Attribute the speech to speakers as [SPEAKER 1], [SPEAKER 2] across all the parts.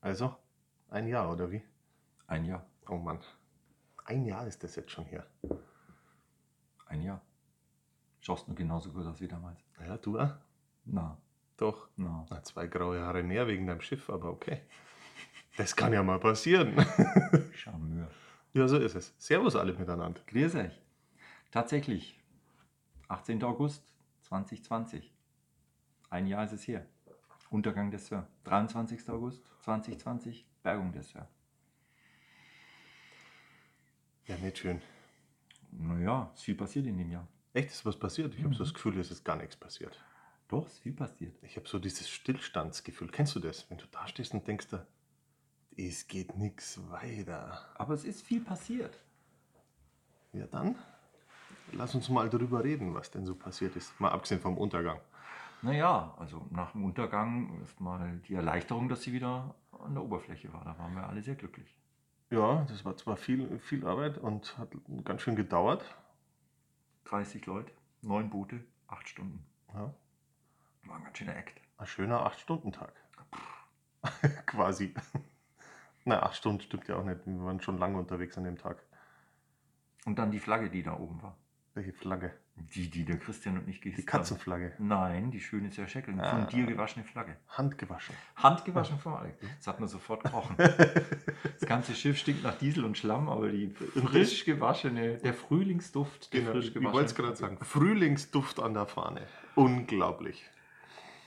[SPEAKER 1] Also, ein Jahr oder wie?
[SPEAKER 2] Ein Jahr,
[SPEAKER 1] Oh Mann. Ein Jahr ist das jetzt schon her.
[SPEAKER 2] ein Jahr. Schaust du genauso gut aus wie damals?
[SPEAKER 1] Ja, du auch?
[SPEAKER 2] Na,
[SPEAKER 1] Doch.
[SPEAKER 2] na.
[SPEAKER 1] Na, zwei graue Haare mehr wegen deinem Schiff, aber okay. Das kann ja mal passieren.
[SPEAKER 2] Charmeur.
[SPEAKER 1] ja, so ist es. Servus alle miteinander.
[SPEAKER 2] Grüß euch. Tatsächlich, 18. August 2020. Ein Jahr ist es her. Untergang des Sir. 23. August 2020, Bergung des Sir.
[SPEAKER 1] Ja, nicht schön.
[SPEAKER 2] Naja, ist viel passiert in dem Jahr.
[SPEAKER 1] Echt, ist was passiert? Ich habe so das Gefühl, es ist gar nichts passiert.
[SPEAKER 2] Doch, ist viel passiert.
[SPEAKER 1] Ich habe so dieses Stillstandsgefühl. Kennst du das? Wenn du da stehst und denkst, da, es geht nichts weiter.
[SPEAKER 2] Aber es ist viel passiert.
[SPEAKER 1] Ja, dann lass uns mal darüber reden, was denn so passiert ist. Mal abgesehen vom Untergang.
[SPEAKER 2] Naja, also nach dem Untergang erstmal die Erleichterung, dass sie wieder an der Oberfläche war. Da waren wir alle sehr glücklich.
[SPEAKER 1] Ja, das war zwar viel, viel Arbeit und hat ganz schön gedauert.
[SPEAKER 2] 30 Leute, 9 Boote, 8 Stunden.
[SPEAKER 1] Ja,
[SPEAKER 2] War ein ganz schöner Act.
[SPEAKER 1] ein schöner 8-Stunden-Tag. Quasi. Na, 8 Stunden stimmt ja auch nicht. Wir waren schon lange unterwegs an dem Tag.
[SPEAKER 2] Und dann die Flagge, die da oben war.
[SPEAKER 1] Welche Flagge?
[SPEAKER 2] Die, die der Christian und ich gehisst
[SPEAKER 1] Die Katzenflagge.
[SPEAKER 2] haben. Nein, die schöne Sir Shackleton.
[SPEAKER 1] Ah.
[SPEAKER 2] Von dir gewaschene Flagge.
[SPEAKER 1] Handgewaschen.
[SPEAKER 2] Handgewaschen von Alex. Das hat man sofort gerochen. Das ganze Schiff stinkt nach Diesel und Schlamm, aber die frisch gewaschene, der Frühlingsduft, der
[SPEAKER 1] Genau,
[SPEAKER 2] frisch
[SPEAKER 1] ich wollte es
[SPEAKER 2] gewaschene.
[SPEAKER 1] gerade sagen. Frühlingsduft an der Fahne. Unglaublich.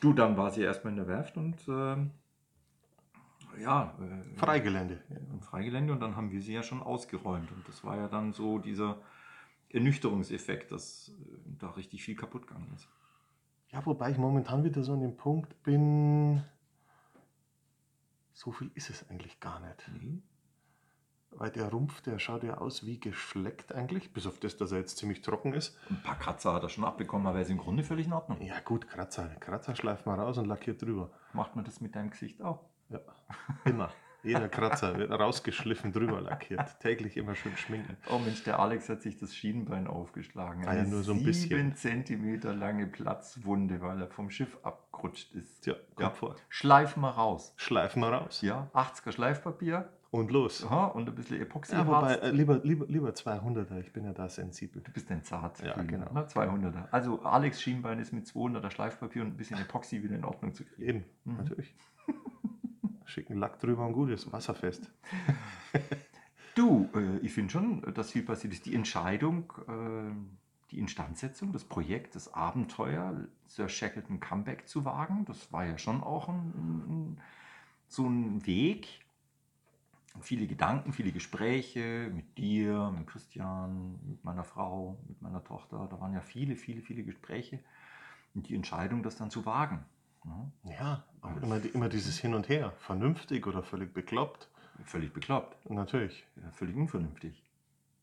[SPEAKER 2] Du, dann war sie erstmal in der Werft und ähm, ja, äh,
[SPEAKER 1] Freigelände.
[SPEAKER 2] im Freigelände und dann haben wir sie ja schon ausgeräumt. Und das war ja dann so dieser Ernüchterungseffekt, dass äh, da richtig viel kaputt gegangen ist.
[SPEAKER 1] Ja, wobei ich momentan wieder so an dem Punkt bin, so viel ist es eigentlich gar nicht.
[SPEAKER 2] Nee.
[SPEAKER 1] Weil der Rumpf, der schaut ja aus wie geschleckt eigentlich, bis auf das, dass er jetzt ziemlich trocken ist.
[SPEAKER 2] Ein paar Kratzer hat er schon abbekommen, aber er ist im Grunde völlig in Ordnung.
[SPEAKER 1] Ja gut, Kratzer. Kratzer schleift mal raus und lackiert drüber.
[SPEAKER 2] Macht man das mit deinem Gesicht auch?
[SPEAKER 1] Ja, immer. Jeder Kratzer wird rausgeschliffen, drüber lackiert. Täglich immer schön schminken.
[SPEAKER 2] Oh Mensch, der Alex hat sich das Schienbein aufgeschlagen.
[SPEAKER 1] Ah ja, nur so ein bisschen.
[SPEAKER 2] Sieben Zentimeter lange Platzwunde, weil er vom Schiff abgerutscht ist.
[SPEAKER 1] Tja, kommt vor.
[SPEAKER 2] Schleif mal raus.
[SPEAKER 1] Schleifen wir raus.
[SPEAKER 2] Ja, 80er Schleifpapier
[SPEAKER 1] Und los.
[SPEAKER 2] aha, und ein bisschen Epoxy.
[SPEAKER 1] Ja, wobei, äh, lieber, lieber, lieber 200er, ich bin ja da sensibel.
[SPEAKER 2] Du bist ein zart.
[SPEAKER 1] Ja,
[SPEAKER 2] Fühler,
[SPEAKER 1] genau.
[SPEAKER 2] Ne? 200er. Also Alex Schienbein ist mit 200er Schleifpapier und ein bisschen Epoxy wieder in Ordnung zu kriegen.
[SPEAKER 1] Eben,
[SPEAKER 2] Mhm.
[SPEAKER 1] natürlich. Schicken Lack drüber und gut ist, wasserfest.
[SPEAKER 2] Du, äh, ich finde schon, dass viel passiert ist. Die Entscheidung, äh, die Instandsetzung, das Projekt, das Abenteuer, Sir Shackleton Comeback zu wagen, das war ja schon auch ein, ein, so ein Weg. Viele Gedanken, viele Gespräche mit dir, mit Christian, mit meiner Frau, mit meiner Tochter. Da waren ja viele, viele, viele Gespräche. Und die Entscheidung, das dann zu wagen. ne?
[SPEAKER 1] Ja, auch immer, die- immer dieses Hin und Her. Vernünftig oder völlig bekloppt.
[SPEAKER 2] Völlig bekloppt,
[SPEAKER 1] Natürlich,
[SPEAKER 2] ja, völlig unvernünftig.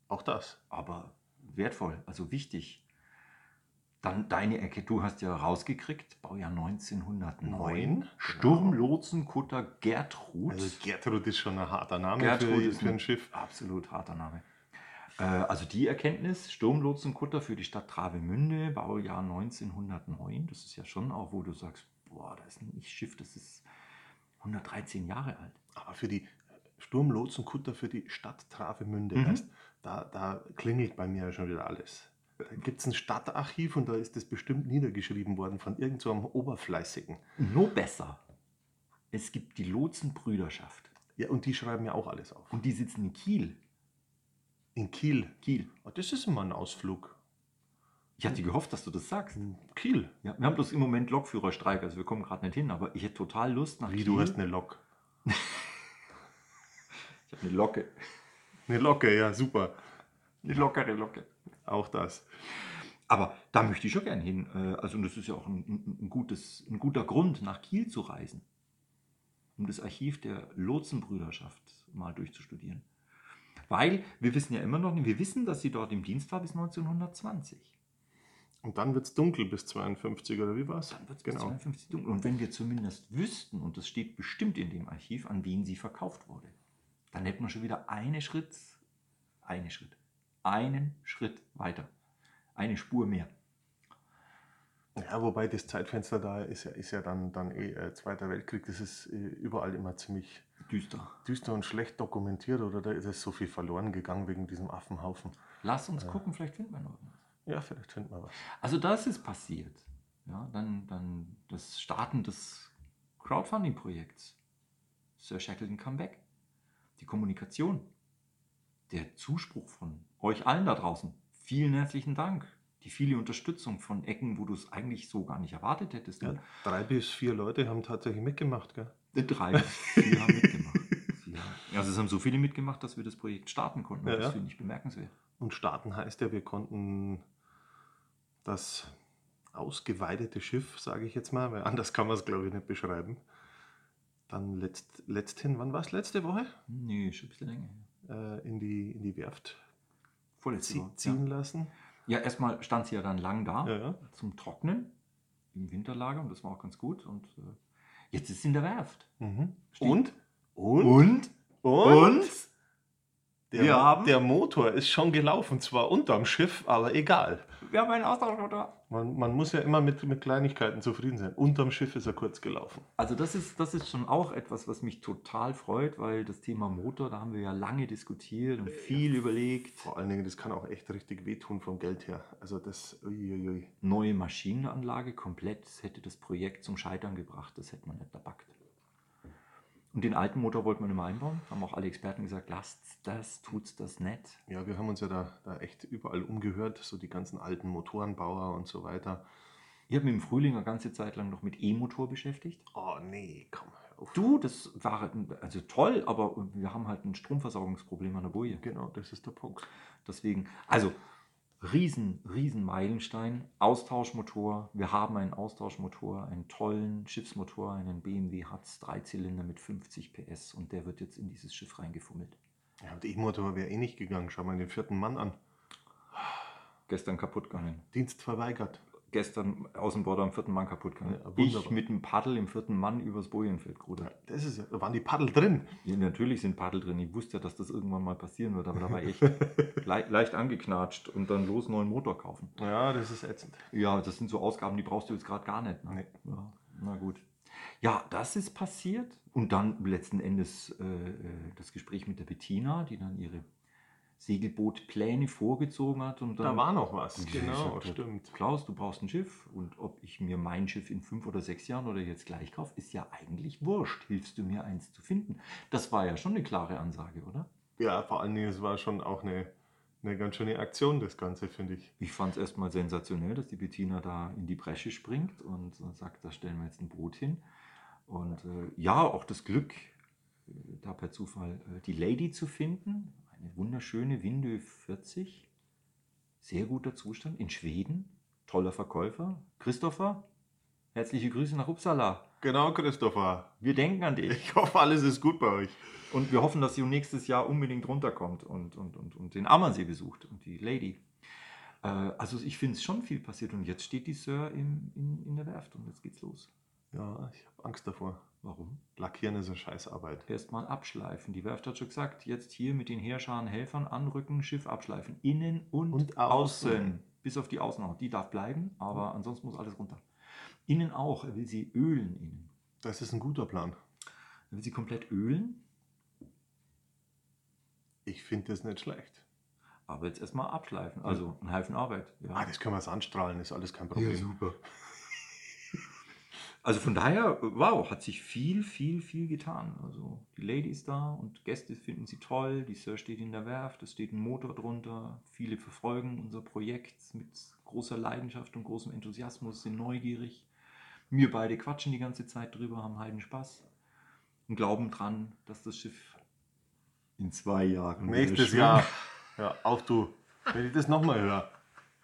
[SPEAKER 1] auch das.
[SPEAKER 2] aber wertvoll, also wichtig. Dann deine Ecke, du hast ja rausgekriegt, Baujahr 1909,
[SPEAKER 1] Neun, genau.
[SPEAKER 2] Sturmlotsenkutter Gertrud.
[SPEAKER 1] Also Gertrud ist schon ein harter Name
[SPEAKER 2] Gertrud
[SPEAKER 1] für,
[SPEAKER 2] ist
[SPEAKER 1] für
[SPEAKER 2] ein-
[SPEAKER 1] ein Schiff.
[SPEAKER 2] Absolut harter Name. Äh, Also die Erkenntnis, Sturmlotsenkutter für die Stadt Travemünde, Baujahr 1909, das ist ja schon auch, wo du sagst, boah, das ist ein Schiff, das ist 113 Jahre alt.
[SPEAKER 1] Aber für die Sturmlotsenkutter für die Stadt Travemünde,
[SPEAKER 2] Mhm.
[SPEAKER 1] weißt, da, da klingelt bei mir ja schon wieder alles. Da gibt es ein Stadtarchiv und da ist das bestimmt niedergeschrieben worden von irgendeinem so einem Oberfleißigen.
[SPEAKER 2] Nur besser, es gibt die Lotsenbrüderschaft
[SPEAKER 1] Ja, und die schreiben ja auch alles auf.
[SPEAKER 2] und die sitzen in Kiel.
[SPEAKER 1] In Kiel.
[SPEAKER 2] Kiel.
[SPEAKER 1] Oh, das ist immer ein Ausflug.
[SPEAKER 2] Ich hatte gehofft, dass du das sagst.
[SPEAKER 1] Kiel.
[SPEAKER 2] Ja, wir haben bloß im Moment Lokführerstreik, also wir kommen gerade nicht hin, aber ich hätte total Lust nach
[SPEAKER 1] Wie,
[SPEAKER 2] Kiel.
[SPEAKER 1] du hast eine Lok.
[SPEAKER 2] Ich habe eine Locke.
[SPEAKER 1] Eine Locke, ja, super.
[SPEAKER 2] Eine lockere Locke.
[SPEAKER 1] Auch das.
[SPEAKER 2] Aber da möchte ich schon gern hin. Äh, Also und das ist ja auch ein, ein, ein, gutes, ein guter Grund, nach Kiel zu reisen. um das Archiv der Lotsenbrüderschaft mal durchzustudieren. Weil wir wissen ja immer noch nicht, wir wissen, dass sie dort im Dienst war bis 1920.
[SPEAKER 1] Und dann wird es dunkel bis 52, oder wie war's? Genau.
[SPEAKER 2] Dann wird es bis 52 dunkel. Und wenn wir zumindest wüssten, und das steht bestimmt in dem Archiv, an wen sie verkauft wurde, dann hätten wir schon wieder einen Schritt, einen Schritt, einen Schritt weiter. Eine Spur mehr.
[SPEAKER 1] Ja, wobei das Zeitfenster da ist ja, ist ja dann, dann eh äh, Zweiter Weltkrieg, das ist äh, überall immer ziemlich
[SPEAKER 2] Düster.
[SPEAKER 1] düster und schlecht dokumentiert oder da ist es so viel verloren gegangen wegen diesem Affenhaufen.
[SPEAKER 2] Lass uns gucken, vielleicht finden wir noch irgendwas.
[SPEAKER 1] Ja, vielleicht finden wir was.
[SPEAKER 2] Also das ist passiert. Ja, dann, dann das Starten des Crowdfunding-Projekts. Sir Shackleton Comeback. Die Kommunikation. Der Zuspruch von euch allen da draußen. Vielen herzlichen Dank. Die viele Unterstützung von Ecken, wo du es eigentlich so gar nicht erwartet hättest. ne?
[SPEAKER 1] Ja, drei bis vier Leute haben tatsächlich mitgemacht, gell?
[SPEAKER 2] Äh, Drei bis vier haben mitgemacht. Ja. Also es haben so viele mitgemacht, dass wir das Projekt starten konnten.
[SPEAKER 1] Ja,
[SPEAKER 2] das
[SPEAKER 1] ja.
[SPEAKER 2] finde ich bemerkenswert.
[SPEAKER 1] Und starten heißt ja, wir konnten das ausgeweidete Schiff, sage ich jetzt mal, weil anders kann man es, glaube ich, nicht beschreiben. Dann letzt, letzthin, wann war es letzte Woche?
[SPEAKER 2] Nee, schon ein bisschen länger her.
[SPEAKER 1] Äh, in, die, in die Werft
[SPEAKER 2] Vorletzte
[SPEAKER 1] zie
[SPEAKER 2] Woche,
[SPEAKER 1] ziehen lassen.
[SPEAKER 2] Ja, erstmal stand sie ja dann lang da
[SPEAKER 1] Ja, ja.
[SPEAKER 2] zum Trocknen im Winterlager und das war auch ganz gut. Und äh, jetzt ist sie in der Werft.
[SPEAKER 1] Mhm.
[SPEAKER 2] Steht-
[SPEAKER 1] Und?
[SPEAKER 2] Und? Und?
[SPEAKER 1] Der,
[SPEAKER 2] Wir haben-
[SPEAKER 1] der Motor ist schon gelaufen, zwar unterm Schiff, aber egal.
[SPEAKER 2] Wir haben einen Austauschmotor.
[SPEAKER 1] Man, man muss ja immer mit, mit Kleinigkeiten zufrieden sein. Unterm Schiff ist er kurz gelaufen.
[SPEAKER 2] Also das ist, das ist schon auch etwas, was mich total freut, weil das Thema Motor, da haben wir ja lange diskutiert und viel überlegt.
[SPEAKER 1] Vor allen Dingen, das kann auch echt richtig wehtun vom Geld her. Also das, uiuiui.
[SPEAKER 2] Neue Maschinenanlage komplett hätte das Projekt zum Scheitern gebracht. Das hätte man nicht erbackt. Und den alten Motor wollten wir nicht mehr einbauen. Haben auch alle Experten gesagt, lasst das, tut's das nicht.
[SPEAKER 1] Ja, wir haben uns ja da, da echt überall umgehört, so die ganzen alten Motorenbauer und so weiter.
[SPEAKER 2] Ich habe mich im Frühling eine ganze Zeit lang noch mit E-Motor beschäftigt.
[SPEAKER 1] Oh nee, komm, hör auf.
[SPEAKER 2] Du, das war also toll, aber wir haben halt ein Stromversorgungsproblem an der Boje.
[SPEAKER 1] Genau, das ist der Punkt.
[SPEAKER 2] Deswegen, also riesen, riesen Meilenstein. Austauschmotor. Wir haben einen Austauschmotor, einen tollen Schiffsmotor, einen BMW Hatz Dreizylinder mit 50 PS und der wird jetzt in dieses Schiff reingefummelt.
[SPEAKER 1] Ja, der E-Motor wäre eh nicht gegangen. Schau mal den vierten Mann an.
[SPEAKER 2] Gestern kaputt gegangen.
[SPEAKER 1] Dienst verweigert.
[SPEAKER 2] Gestern Außenborder am vierten Mann kaputt gegangen.
[SPEAKER 1] Ja, wunderbar.
[SPEAKER 2] ich mit dem Paddel im vierten Mann übers Bojenfeld gerudert.
[SPEAKER 1] Das ist ja, da waren die Paddel drin.
[SPEAKER 2] Ja, natürlich sind Paddel drin. Ich wusste ja, dass das irgendwann mal passieren wird, aber da war ich le leicht angeknatscht und dann los neuen Motor kaufen.
[SPEAKER 1] Ja, das ist ätzend.
[SPEAKER 2] Ja, das sind so Ausgaben, die brauchst du jetzt gerade gar nicht. Ne? Ja, na gut. Ja, das ist passiert. Und dann letzten Endes äh, äh, das Gespräch mit der Bettina, die dann ihre Segelbootpläne vorgezogen hat. Und dann,
[SPEAKER 1] Da war noch was.
[SPEAKER 2] Ja,
[SPEAKER 1] Genau,
[SPEAKER 2] ich hab-
[SPEAKER 1] stimmt.
[SPEAKER 2] Klaus, du brauchst ein Schiff und ob ich mir mein Schiff in fünf oder sechs Jahren oder jetzt gleich kaufe, ist ja eigentlich wurscht. Hilfst du mir, eins zu finden? Das war ja schon eine klare Ansage, oder?
[SPEAKER 1] Ja, vor allen Dingen, es war schon auch eine, eine ganz schöne Aktion, das Ganze, finde ich.
[SPEAKER 2] Ich fand es erstmal sensationell, dass die Bettina da in die Bresche springt und äh, sagt, da stellen wir jetzt ein Boot hin. Und äh, ja, auch das Glück, äh, da per Zufall äh, die Lady zu finden. Eine wunderschöne Windö 40. Sehr guter Zustand in Schweden. Toller Verkäufer. Christopher, herzliche Grüße nach Uppsala.
[SPEAKER 1] Genau, Christopher.
[SPEAKER 2] Wir denken an dich.
[SPEAKER 1] Ich hoffe, alles ist gut bei euch.
[SPEAKER 2] Und wir hoffen, dass sie um nächstes Jahr unbedingt runterkommt und, und, und, und den Ammersee besucht und die Lady. Äh, also ich finde es schon viel passiert und jetzt steht die Sir im, in, in der Werft und jetzt geht's los.
[SPEAKER 1] Ja, ich habe Angst davor.
[SPEAKER 2] Warum?
[SPEAKER 1] Lackieren ist eine Scheißarbeit.
[SPEAKER 2] Erstmal abschleifen. Die Werft hat schon gesagt, jetzt hier mit den Heerscharen Helfern anrücken, Schiff abschleifen. Innen und,
[SPEAKER 1] Und außen.
[SPEAKER 2] außen. Bis auf die Außenhaut. Die darf bleiben, aber ansonsten muss alles runter. Innen auch. Er will sie ölen innen.
[SPEAKER 1] Das ist ein guter Plan.
[SPEAKER 2] Er will sie komplett ölen,
[SPEAKER 1] Ich finde das nicht schlecht.
[SPEAKER 2] aber jetzt erstmal abschleifen. Also ein Haufen Arbeit. Ja.
[SPEAKER 1] Ah, das können wir sandstrahlen, ist alles kein Problem.
[SPEAKER 2] super. Also von daher, wow, hat sich viel, viel, viel getan. Also die Lady ist da und Gäste finden sie toll. Die Sir steht in der Werft, es steht ein Motor drunter. Viele verfolgen unser Projekt mit großer Leidenschaft und großem Enthusiasmus, sind neugierig. Wir beide quatschen die ganze Zeit drüber, haben halben Spaß und glauben dran, dass das Schiff in zwei Jahren wieder
[SPEAKER 1] Nächstes
[SPEAKER 2] schwimmt.
[SPEAKER 1] Jahr. Ja, auch du. Wenn ich das nochmal höre.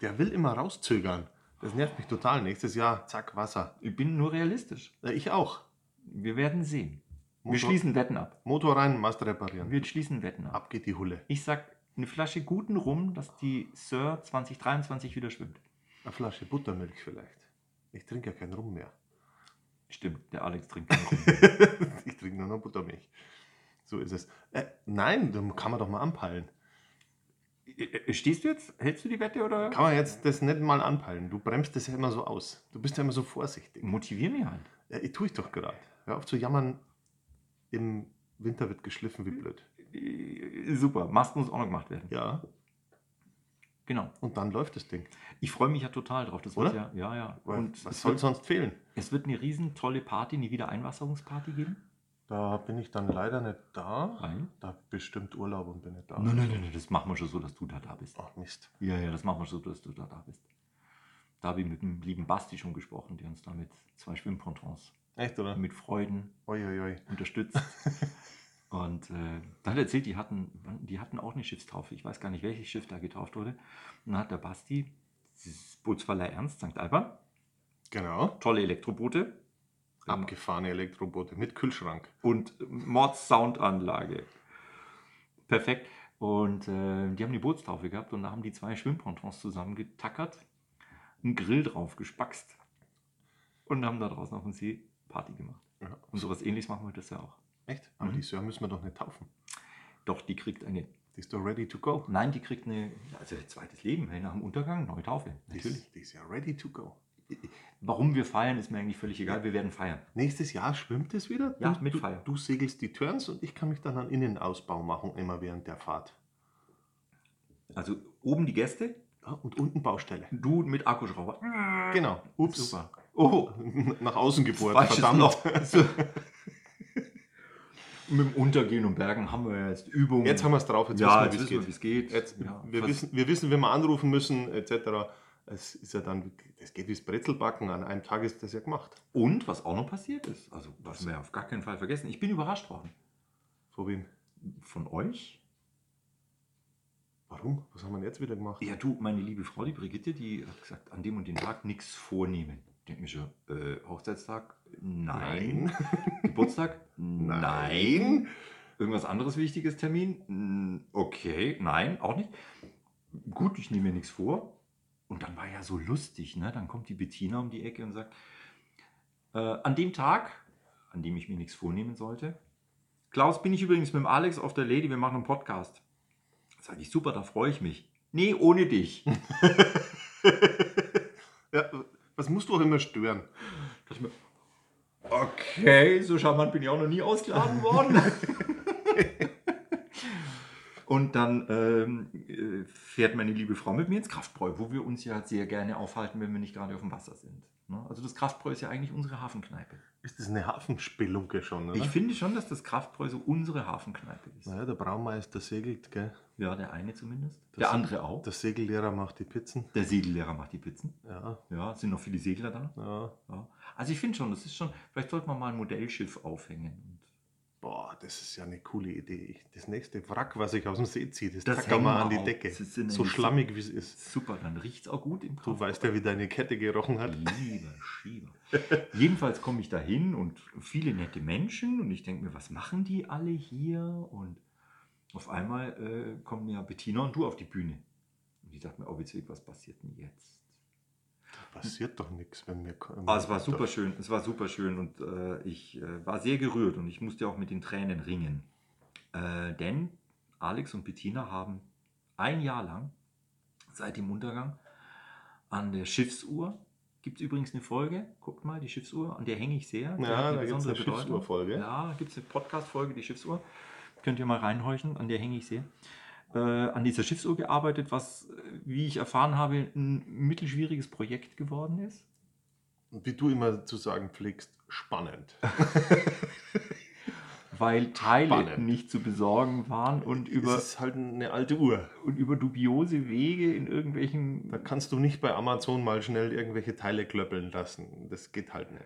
[SPEAKER 1] Der will immer rauszögern. Das nervt mich total. Nächstes Jahr, zack, Wasser.
[SPEAKER 2] Ich bin nur realistisch.
[SPEAKER 1] Ja, Ich auch.
[SPEAKER 2] Wir werden sehen. Wir
[SPEAKER 1] Motor-
[SPEAKER 2] schließen Wetten ab.
[SPEAKER 1] Motor rein, Mast reparieren.
[SPEAKER 2] Wir schließen Wetten ab.
[SPEAKER 1] Ab geht die Hulle.
[SPEAKER 2] Ich sag eine Flasche guten Rum, dass die Sir 2023 wieder schwimmt.
[SPEAKER 1] Eine Flasche Buttermilch vielleicht. Ich trinke ja keinen Rum mehr.
[SPEAKER 2] Stimmt, der Alex trinkt keinen Rum.
[SPEAKER 1] ich trinke nur noch Buttermilch. So ist es. Äh, nein, dann kann man doch mal anpeilen.
[SPEAKER 2] Äh, äh, Stehst du jetzt? Hältst du die Wette oder?
[SPEAKER 1] Kann man jetzt das nicht mal anpeilen? Du bremst das ja immer so aus. Du bist ja immer so vorsichtig.
[SPEAKER 2] Motivier mich halt.
[SPEAKER 1] Ja, ich tue ich doch gerade. Hör auf zu jammern. Im Winter wird geschliffen wie blöd.
[SPEAKER 2] Äh, Super, Mast muss auch noch gemacht werden.
[SPEAKER 1] Ja,
[SPEAKER 2] Genau.
[SPEAKER 1] und dann läuft das Ding.
[SPEAKER 2] Ich freue mich ja total drauf. Das
[SPEAKER 1] Oder?
[SPEAKER 2] Wird ja, ja, ja.
[SPEAKER 1] Weil
[SPEAKER 2] Und
[SPEAKER 1] was
[SPEAKER 2] es
[SPEAKER 1] soll
[SPEAKER 2] wird,
[SPEAKER 1] sonst fehlen?
[SPEAKER 2] es wird eine riesen tolle Party, eine Wiedereinwasserungsparty geben.
[SPEAKER 1] Da bin ich dann leider nicht da.
[SPEAKER 2] Nein.
[SPEAKER 1] Da hab ich bestimmt Urlaub und bin nicht da.
[SPEAKER 2] Nein, nein, nein, nein, das machen wir schon so, dass du da, da bist.
[SPEAKER 1] Ach Mist.
[SPEAKER 2] Ja, ja, das machen wir so, dass du da, da bist. Da habe ich mit dem lieben Basti schon gesprochen, der uns damit zwei Schwimmpontons
[SPEAKER 1] Echt, oder?
[SPEAKER 2] mit Freuden
[SPEAKER 1] Uiuiui.
[SPEAKER 2] unterstützt. Und äh, da hat er erzählt, die hatten, wann- die hatten auch eine Schiffstaufe. Ich weiß gar nicht, welches Schiff da getauft wurde. Und dann hat der Basti, dieses Bootsverleih Ernst St. Alban,
[SPEAKER 1] Genau.
[SPEAKER 2] tolle Elektroboote ähm,
[SPEAKER 1] Abgefahrene Elektroboote mit Kühlschrank.
[SPEAKER 2] und Mordssoundanlage. Perfekt. Und äh, die haben die Bootstaufe gehabt und da haben die zwei Schwimmpontons zusammengetackert, einen Grill drauf gespackst und haben da draußen auf dem See Party gemacht.
[SPEAKER 1] Ja.
[SPEAKER 2] Und sowas ähnliches machen wir das ja auch.
[SPEAKER 1] Echt? Aber
[SPEAKER 2] Mhm.
[SPEAKER 1] die Sir müssen wir doch nicht taufen.
[SPEAKER 2] Doch, die kriegt eine
[SPEAKER 1] Die ist doch ready to go.
[SPEAKER 2] Nein, die kriegt eine, also ein zweites Leben, hey, nach dem Untergang, neue Taufe.
[SPEAKER 1] Die ist, die ist ja ready to go.
[SPEAKER 2] Warum wir feiern, ist mir eigentlich völlig egal, wir werden feiern.
[SPEAKER 1] Nächstes Jahr schwimmt es wieder.
[SPEAKER 2] Ja,
[SPEAKER 1] du,
[SPEAKER 2] mit
[SPEAKER 1] du,
[SPEAKER 2] Feier.
[SPEAKER 1] du segelst die Turns und ich kann mich dann an Innenausbau machen, immer während der Fahrt.
[SPEAKER 2] Also oben die Gäste,
[SPEAKER 1] Ja, und unten Baustelle.
[SPEAKER 2] du mit Akkuschrauber.
[SPEAKER 1] Genau. Ups.
[SPEAKER 2] Super. Oh,
[SPEAKER 1] Nach außen gebohrt.
[SPEAKER 2] falsches
[SPEAKER 1] verdammt.
[SPEAKER 2] Loch. mit dem Untergehen und Bergen haben wir ja jetzt Übungen.
[SPEAKER 1] Jetzt haben wir es drauf. Jetzt
[SPEAKER 2] ja,
[SPEAKER 1] wissen
[SPEAKER 2] jetzt wissen
[SPEAKER 1] wir, wie
[SPEAKER 2] wir,
[SPEAKER 1] es
[SPEAKER 2] wie
[SPEAKER 1] geht.
[SPEAKER 2] es geht.
[SPEAKER 1] Jetzt,
[SPEAKER 2] ja,
[SPEAKER 1] wir,
[SPEAKER 2] fast-
[SPEAKER 1] wissen, wir wissen, wenn wir anrufen müssen, etc. Es ist ja dann, es geht wie das Brezelbacken. An einem Tag ist das ja gemacht.
[SPEAKER 2] Und was auch noch passiert ist, also was wir auf gar keinen Fall vergessen, ich bin überrascht worden.
[SPEAKER 1] Vor wem?
[SPEAKER 2] Von euch?
[SPEAKER 1] Warum? Was haben wir denn jetzt wieder gemacht?
[SPEAKER 2] Ja, du, meine liebe Frau, die Brigitte, die hat gesagt, an dem und dem Tag nichts vornehmen. Ich denke mir schon, äh, Hochzeitstag? Nein. Geburtstag?
[SPEAKER 1] Nein.
[SPEAKER 2] Irgendwas anderes Wichtiges, Termin? Mm, Okay, nein, auch nicht. Gut, ich nehme mir nichts vor. Und dann war ja so lustig, ne? Dann kommt die Bettina um die Ecke und sagt, äh, an dem Tag, an dem ich mir nichts vornehmen sollte, Klaus, bin ich übrigens mit dem Alex auf der Lady, wir machen einen Podcast. Sag ich, super, da freue ich mich. Nee, ohne dich. Da
[SPEAKER 1] ja, was musst du auch immer stören?
[SPEAKER 2] dachte ich mir, okay, so charmant bin ich auch noch nie ausgeladen worden. Und dann ähm, äh, fährt meine liebe Frau mit mir ins Kraftbräu, wo wir uns ja sehr gerne aufhalten, wenn wir nicht gerade auf dem Wasser sind. Ne? Also das Kraftbräu ist ja eigentlich unsere Hafenkneipe.
[SPEAKER 1] Ist das eine Hafenspelunke schon, oder?
[SPEAKER 2] Ich finde schon, dass das Kraftbräu so unsere Hafenkneipe ist.
[SPEAKER 1] naja, der Braumeister segelt, gell?
[SPEAKER 2] Ja, der eine zumindest.
[SPEAKER 1] Das-
[SPEAKER 2] der andere auch.
[SPEAKER 1] Der Segellehrer macht die Pizzen.
[SPEAKER 2] der Segellehrer macht die Pizzen.
[SPEAKER 1] Ja,
[SPEAKER 2] Ja, es sind noch viele Segler da.
[SPEAKER 1] ja.
[SPEAKER 2] Ja. Also ich finde schon, das ist schon, vielleicht sollte man mal ein Modellschiff aufhängen.
[SPEAKER 1] Boah, das ist ja eine coole Idee. Ich, das nächste Wrack, was ich aus dem See ziehe, das,
[SPEAKER 2] Das
[SPEAKER 1] das tackern wir
[SPEAKER 2] hängen
[SPEAKER 1] an
[SPEAKER 2] wir
[SPEAKER 1] die
[SPEAKER 2] auf.
[SPEAKER 1] Decke.
[SPEAKER 2] Das sind
[SPEAKER 1] So
[SPEAKER 2] eigentlich-
[SPEAKER 1] schlammig, wie es ist.
[SPEAKER 2] Super, dann riecht es auch gut im
[SPEAKER 1] Du weißt halt. ja, wie deine Kette gerochen
[SPEAKER 2] Mhm.
[SPEAKER 1] hat.
[SPEAKER 2] Lieber Schieber. Jedenfalls komme ich da hin und viele nette Menschen und ich denke mir, was machen die alle hier? Und auf einmal äh, kommen ja Bettina und du auf die Bühne. Und ich dachte mir, oh witzig, was passiert denn jetzt?
[SPEAKER 1] Passiert doch nichts, wenn wir kommen.
[SPEAKER 2] Ah, es war super schön, es war super schön und äh, ich äh, war sehr gerührt und ich musste auch mit den Tränen ringen. Äh, denn Alex und Bettina haben ein Jahr lang, seit dem Untergang, an der Schiffsuhr, gibt es übrigens eine Folge, guckt mal, die Schiffsuhr, an der hänge ich sehr. Die hat
[SPEAKER 1] Ja, da gibt es eine
[SPEAKER 2] Bedeutung.
[SPEAKER 1] Schiffsurfolge.
[SPEAKER 2] Ja, gibt es eine Podcast-Folge, die Schiffsuhr. Könnt ihr mal reinhorchen, an der hänge ich sehr. Äh, an dieser Schiffsuhr gearbeitet, was, äh, wie ich erfahren habe, ein mittelschwieriges Projekt geworden ist.
[SPEAKER 1] Wie du immer zu sagen pflegst, spannend.
[SPEAKER 2] weil Teile
[SPEAKER 1] Spannend.
[SPEAKER 2] nicht zu besorgen waren und über,
[SPEAKER 1] es ist halt eine alte Uhr.
[SPEAKER 2] und über dubiose Wege in irgendwelchen.
[SPEAKER 1] Da kannst du nicht bei Amazon mal schnell irgendwelche Teile klöppeln lassen. Das geht halt nicht.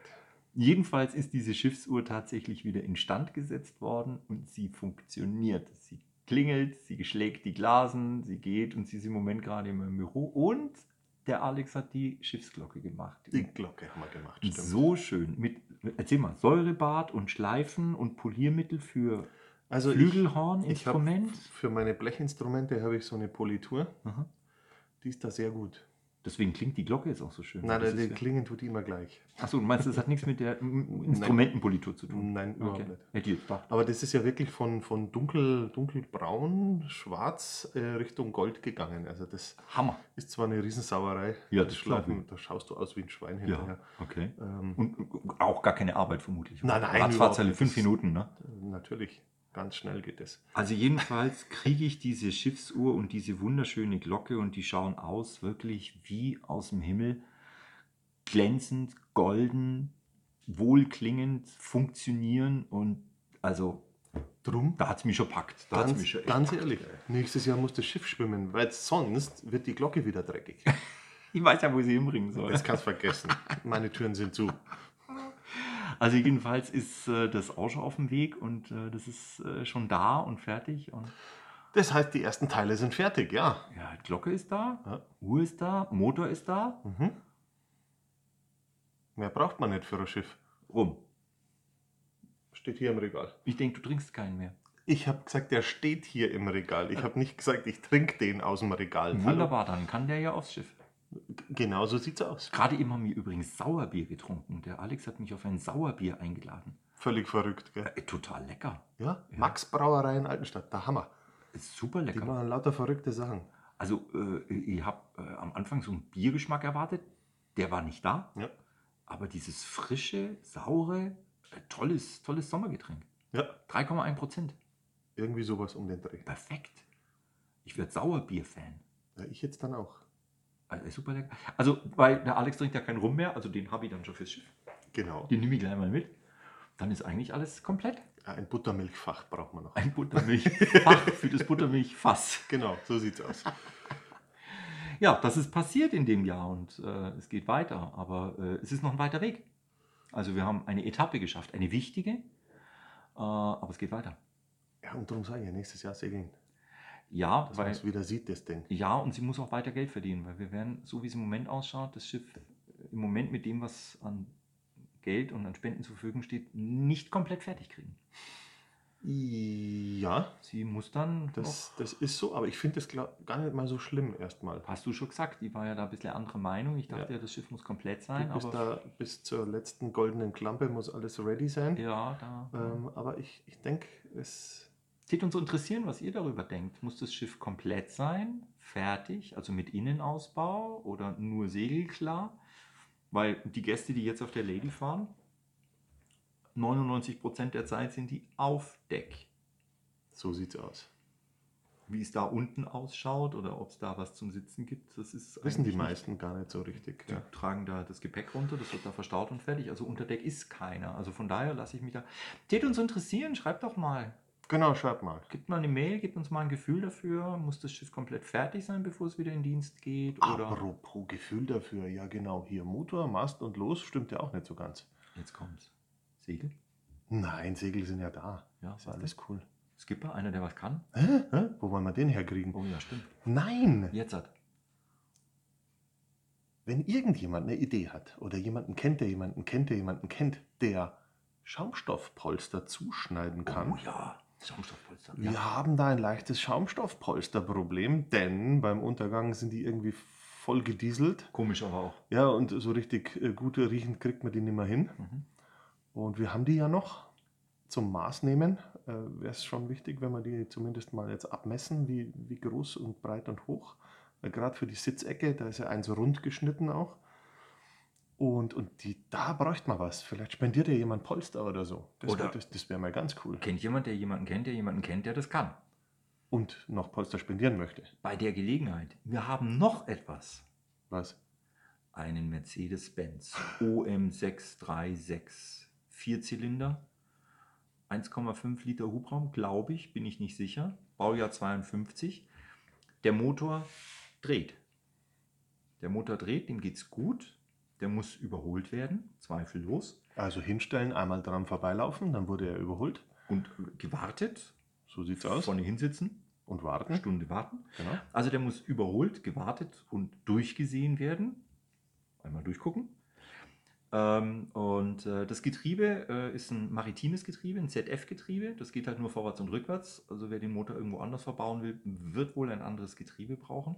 [SPEAKER 2] Jedenfalls ist diese Schiffsuhr tatsächlich wieder instand gesetzt worden und sie funktioniert. Sie klingelt, sie schlägt die Glasen, sie geht und sie ist im Moment gerade in meinem Büro und der Alex hat die Schiffsglocke gemacht.
[SPEAKER 1] Die Glocke haben wir gemacht,
[SPEAKER 2] so schön mit Erzähl mal, Säurebad und Schleifen und Poliermittel für
[SPEAKER 1] Also ich- ich hab-
[SPEAKER 2] Flügelhorninstrument.
[SPEAKER 1] Für meine Blechinstrumente habe ich so eine Politur.
[SPEAKER 2] Aha.
[SPEAKER 1] Die ist da sehr gut.
[SPEAKER 2] Deswegen klingt die Glocke jetzt auch so schön.
[SPEAKER 1] Nein, also
[SPEAKER 2] Das
[SPEAKER 1] die
[SPEAKER 2] ist ja-
[SPEAKER 1] Klingen tut die immer gleich.
[SPEAKER 2] Achso, du meinst, das hat nichts mit der mm, Instrumentenpolitur zu tun?
[SPEAKER 1] Nein, überhaupt
[SPEAKER 2] Hm, Okay.
[SPEAKER 1] nicht.
[SPEAKER 2] Hätte ich jetzt gedacht.
[SPEAKER 1] Aber das ist ja wirklich von, von dunkel, dunkelbraun, schwarz äh, Richtung Gold gegangen. Also das
[SPEAKER 2] Hammer.
[SPEAKER 1] ist zwar eine Riesensauerei.
[SPEAKER 2] Ja, das glaub
[SPEAKER 1] Schlafen, da schaust du aus wie ein
[SPEAKER 2] Ja,
[SPEAKER 1] Schwein hinterher.
[SPEAKER 2] okay.
[SPEAKER 1] Ähm,
[SPEAKER 2] Und auch gar keine Arbeit vermutlich.
[SPEAKER 1] Nein, nein, überhaupt
[SPEAKER 2] Ratzfatz alle
[SPEAKER 1] nicht.
[SPEAKER 2] fünf Minuten, ne?
[SPEAKER 1] natürlich, ganz schnell geht das.
[SPEAKER 2] Also jedenfalls kriege ich diese Schiffsuhr und diese wunderschöne Glocke und die schauen aus wirklich wie aus dem Himmel. Glänzend, golden, wohlklingend, funktionieren und also
[SPEAKER 1] Drum,
[SPEAKER 2] da hat es mich schon packt. Da hat's
[SPEAKER 1] ganz,
[SPEAKER 2] mich schon echt
[SPEAKER 1] ganz
[SPEAKER 2] packt.
[SPEAKER 1] ehrlich, nächstes Jahr muss das Schiff schwimmen, weil sonst wird die Glocke wieder dreckig.
[SPEAKER 2] Ich weiß ja, wo ich sie hinbringen soll.
[SPEAKER 1] Das kannst vergessen. Meine Türen sind zu.
[SPEAKER 2] Also jedenfalls ist äh, das auch schon auf dem Weg und äh, das ist äh, schon da und fertig. Und
[SPEAKER 1] Das heißt, die ersten Teile sind fertig, ja.
[SPEAKER 2] ja, Glocke ist da,
[SPEAKER 1] Ja.
[SPEAKER 2] Uhr ist da, Motor ist da,
[SPEAKER 1] Mhm. Mehr braucht man nicht für ein Schiff.
[SPEAKER 2] rum.
[SPEAKER 1] Steht hier im Regal.
[SPEAKER 2] Ich denke, du trinkst keinen mehr.
[SPEAKER 1] Ich habe gesagt, der steht hier im Regal. Ich habe nicht gesagt, ich trinke den aus dem Regal. Hallo.
[SPEAKER 2] Wunderbar, dann kann der ja aufs Schiff.
[SPEAKER 1] Genau so sieht's aus.
[SPEAKER 2] Gerade eben haben wir übrigens Sauerbier getrunken. Der Alex hat mich auf ein Sauerbier eingeladen.
[SPEAKER 1] Völlig verrückt, gell?
[SPEAKER 2] Äh, total lecker.
[SPEAKER 1] Ja?
[SPEAKER 2] Ja.
[SPEAKER 1] Max Brauerei in Altenstadt, der Hammer.
[SPEAKER 2] Ist super
[SPEAKER 1] Die
[SPEAKER 2] lecker.
[SPEAKER 1] machen lauter verrückte Sachen.
[SPEAKER 2] Also äh, ich habe äh, am Anfang so einen Biergeschmack erwartet. Der war nicht da.
[SPEAKER 1] Ja.
[SPEAKER 2] Aber dieses frische, saure, äh, tolles, tolles Sommergetränk.
[SPEAKER 1] Ja,
[SPEAKER 2] 3,1 Prozent.
[SPEAKER 1] irgendwie sowas um den Dreh.
[SPEAKER 2] Perfekt. Ich werde Sauerbier-Fan.
[SPEAKER 1] Ja, ich jetzt dann auch.
[SPEAKER 2] Also, ist super lecker. Also, weil der Alex trinkt ja keinen Rum mehr, also den habe ich dann schon fürs Schiff.
[SPEAKER 1] Genau.
[SPEAKER 2] Den nehme ich gleich mal mit. Dann ist eigentlich alles komplett.
[SPEAKER 1] Ah, Ein Buttermilchfach braucht man noch.
[SPEAKER 2] Ein Buttermilchfach für das Buttermilchfass.
[SPEAKER 1] Genau, so sieht's aus.
[SPEAKER 2] Ja, das ist passiert in dem Jahr und äh, es geht weiter, aber äh, es ist noch ein weiter Weg. Also wir haben eine Etappe geschafft, eine wichtige, äh, aber es geht weiter.
[SPEAKER 1] Ja, und darum sage ich, nächstes Jahr segeln.
[SPEAKER 2] Ja,
[SPEAKER 1] Dass man
[SPEAKER 2] weil,
[SPEAKER 1] es wieder sieht, das Ding.
[SPEAKER 2] ja, und sie muss auch weiter Geld verdienen, weil wir werden, so wie es im Moment ausschaut, das Schiff äh, im Moment mit dem, was an Geld und an Spenden zur Verfügung steht, nicht komplett fertig kriegen.
[SPEAKER 1] Ja,
[SPEAKER 2] Sie muss dann noch
[SPEAKER 1] das, das ist so, aber ich finde das gla- gar nicht mal so schlimm erstmal.
[SPEAKER 2] Hast du schon gesagt, ich war ja da ein bisschen andere Meinung. Ich dachte ja,
[SPEAKER 1] Ja.
[SPEAKER 2] das Schiff muss komplett sein,
[SPEAKER 1] Du bist
[SPEAKER 2] aber
[SPEAKER 1] da bis zur letzten goldenen Klampe, muss alles ready sein.
[SPEAKER 2] ja, da
[SPEAKER 1] Ähm, aber ich, ich denke, es.
[SPEAKER 2] Tät uns interessieren, was ihr darüber denkt. Muss das Schiff komplett sein, fertig, also mit Innenausbau oder nur segelklar? Weil die Gäste, die jetzt auf der Lady fahren, 99% der Zeit sind die auf Deck.
[SPEAKER 1] So sieht's aus.
[SPEAKER 2] Wie es da unten ausschaut oder ob es da was zum Sitzen gibt, das ist
[SPEAKER 1] Wissen die
[SPEAKER 2] eigentlich nicht-
[SPEAKER 1] meisten gar nicht so richtig.
[SPEAKER 2] Die
[SPEAKER 1] Ja.
[SPEAKER 2] tragen da das Gepäck runter, das wird da verstaut und fertig. Also unter Deck ist keiner. Also von daher lasse ich mich da. Tät uns interessieren, schreibt doch mal.
[SPEAKER 1] Genau, schreib mal.
[SPEAKER 2] Gebt mal eine Mail, gebt uns mal ein Gefühl dafür. Muss das Schiff komplett fertig sein, bevor es wieder in Dienst geht? Oder
[SPEAKER 1] Apropos Gefühl dafür, ja genau, hier Motor, Mast und Los stimmt ja auch nicht so ganz.
[SPEAKER 2] jetzt kommt's. Segel?
[SPEAKER 1] Nein, Segel sind ja da.
[SPEAKER 2] Ja,
[SPEAKER 1] Ist alles cool.
[SPEAKER 2] Skipper, einer, der was kann?
[SPEAKER 1] Hä? Hä? Wo wollen wir den herkriegen?
[SPEAKER 2] Oh ja, stimmt.
[SPEAKER 1] Nein!
[SPEAKER 2] Jetzt hat.
[SPEAKER 1] Wenn irgendjemand eine Idee hat oder jemanden kennt, der jemanden kennt, der jemanden kennt, der Schaumstoffpolster zuschneiden kann.
[SPEAKER 2] Oh ja, Schaumstoffpolster.
[SPEAKER 1] Wir haben da ein leichtes Schaumstoffpolsterproblem, denn beim Untergang sind die irgendwie voll gedieselt.
[SPEAKER 2] Komisch aber auch.
[SPEAKER 1] Ja, und so richtig äh, gut riechend kriegt man die nicht mehr hin.
[SPEAKER 2] Mhm.
[SPEAKER 1] Und wir haben die ja noch zum Maß nehmen. Äh, Wäre es schon wichtig, wenn wir die zumindest mal jetzt abmessen, wie, wie groß und breit und hoch. Weil Gerade für die Sitzecke, da ist ja eins rund geschnitten auch. Und, und die, da bräuchte man was. Vielleicht spendiert ja jemand Polster oder so. Das,
[SPEAKER 2] Oder-
[SPEAKER 1] wär- das, das wäre mal ganz cool.
[SPEAKER 2] Kennt jemand, der jemanden kennt, der jemanden kennt, der das kann?
[SPEAKER 1] Und noch Polster spendieren möchte.
[SPEAKER 2] Bei der Gelegenheit, wir haben noch etwas.
[SPEAKER 1] Was?
[SPEAKER 2] einen Mercedes-Benz OM636 Vierzylinder, 1,5 Liter Hubraum, glaube ich, bin ich nicht sicher, Baujahr 52. Der Motor dreht. Der Motor dreht, dem geht's gut. Der muss überholt werden, zweifellos.
[SPEAKER 1] Also hinstellen, einmal dran vorbeilaufen, dann wurde er überholt.
[SPEAKER 2] Und äh, gewartet,
[SPEAKER 1] So sieht's aus. Hm?
[SPEAKER 2] vorne hinsitzen,
[SPEAKER 1] Und warten.
[SPEAKER 2] eine Stunde warten.
[SPEAKER 1] Genau.
[SPEAKER 2] Also der muss überholt, gewartet und durchgesehen werden. Einmal durchgucken. Ähm, und äh, das Getriebe äh, ist ein maritimes Getriebe, ein ZF-Getriebe. Das geht halt nur vorwärts und rückwärts. Also wer den Motor irgendwo anders verbauen will, wird wohl ein anderes Getriebe brauchen.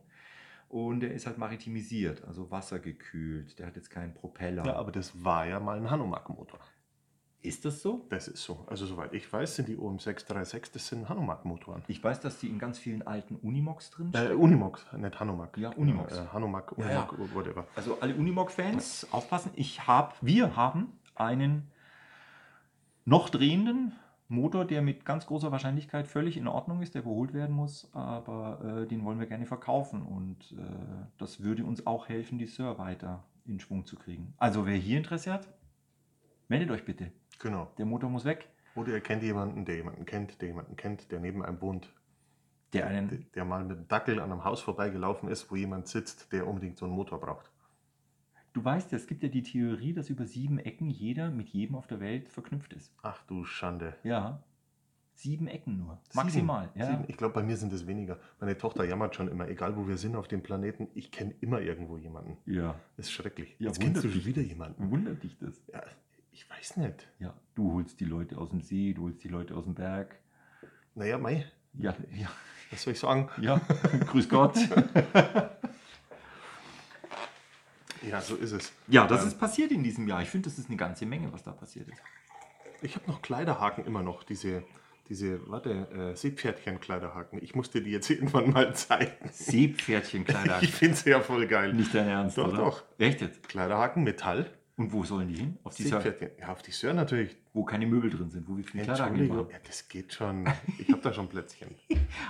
[SPEAKER 2] Und der ist halt maritimisiert, also wassergekühlt. Der hat jetzt keinen Propeller.
[SPEAKER 1] Ja, aber das war ja mal ein Hanomag-Motor.
[SPEAKER 2] ist das so?
[SPEAKER 1] Das ist so. Also soweit ich weiß, sind die OM636, das sind Hanomag-Motoren.
[SPEAKER 2] Ich weiß, dass die in ganz vielen alten Unimogs drin
[SPEAKER 1] Äh, Unimog, nicht Hanomag.
[SPEAKER 2] Ja, Unimog.
[SPEAKER 1] Äh, Hanomag,
[SPEAKER 2] Ja, ja.
[SPEAKER 1] Unimog, whatever.
[SPEAKER 2] Also alle Unimog-Fans, aufpassen. Ich hab, wir haben einen noch drehenden Motor, der mit ganz großer Wahrscheinlichkeit völlig in Ordnung ist, der geholt werden muss, aber äh, den wollen wir gerne verkaufen und äh, das würde uns auch helfen, die Sir weiter in Schwung zu kriegen. Also wer hier Interesse hat, meldet euch bitte.
[SPEAKER 1] Genau.
[SPEAKER 2] Der Motor muss weg.
[SPEAKER 1] Oder ihr kennt jemanden, der jemanden kennt, der jemanden kennt, der neben einem wohnt,
[SPEAKER 2] Der
[SPEAKER 1] der,
[SPEAKER 2] einen,
[SPEAKER 1] der mal mit dem Dackel an einem Haus vorbeigelaufen ist, wo jemand sitzt, der unbedingt so einen Motor braucht.
[SPEAKER 2] du weißt ja, es gibt ja die Theorie, dass über sieben Ecken jeder mit jedem auf der Welt verknüpft ist.
[SPEAKER 1] Ach du Schande.
[SPEAKER 2] Ja. Sieben Ecken nur.
[SPEAKER 1] Sieben.
[SPEAKER 2] Maximal. Ja.
[SPEAKER 1] Sieben. Ich glaube, bei mir sind es weniger. Meine Tochter jammert schon immer, egal wo wir sind auf dem Planeten, ich kenne immer irgendwo jemanden.
[SPEAKER 2] ja.
[SPEAKER 1] Das ist schrecklich.
[SPEAKER 2] Ja,
[SPEAKER 1] Jetzt
[SPEAKER 2] wundert
[SPEAKER 1] kennst du schon
[SPEAKER 2] mich.
[SPEAKER 1] wieder jemanden.
[SPEAKER 2] Wundert dich das?
[SPEAKER 1] Ja, ich weiß nicht.
[SPEAKER 2] Ja, du holst die Leute aus dem See, du holst die Leute aus dem Berg.
[SPEAKER 1] Naja, Mai,
[SPEAKER 2] Ja, ja,
[SPEAKER 1] was soll ich sagen?
[SPEAKER 2] ja. Grüß Gott.
[SPEAKER 1] Ja, so ist es.
[SPEAKER 2] Ja, das
[SPEAKER 1] Ähm,
[SPEAKER 2] ist passiert in diesem Jahr. Ich finde, das ist eine ganze Menge, was da passiert ist.
[SPEAKER 1] Ich habe noch Kleiderhaken immer noch, diese, diese warte, äh, Seepferdchen-Kleiderhaken. Ich musste die jetzt irgendwann mal zeigen.
[SPEAKER 2] Seepferdchen, Kleider.
[SPEAKER 1] Ich finde sie ja voll geil.
[SPEAKER 2] Nicht dein Ernst,
[SPEAKER 1] Doch,
[SPEAKER 2] oder?
[SPEAKER 1] doch.
[SPEAKER 2] Echt jetzt?
[SPEAKER 1] Kleiderhaken, Metall,
[SPEAKER 2] Und wo sollen die hin? Auf die Seite,
[SPEAKER 1] Seepferdchen. Ja, auf die Sör natürlich.
[SPEAKER 2] wo keine Möbel drin sind, wo wir viele Kleider
[SPEAKER 1] Entschuldigung.
[SPEAKER 2] machen.
[SPEAKER 1] Ja, das geht schon. Ich habe da schon Plätzchen.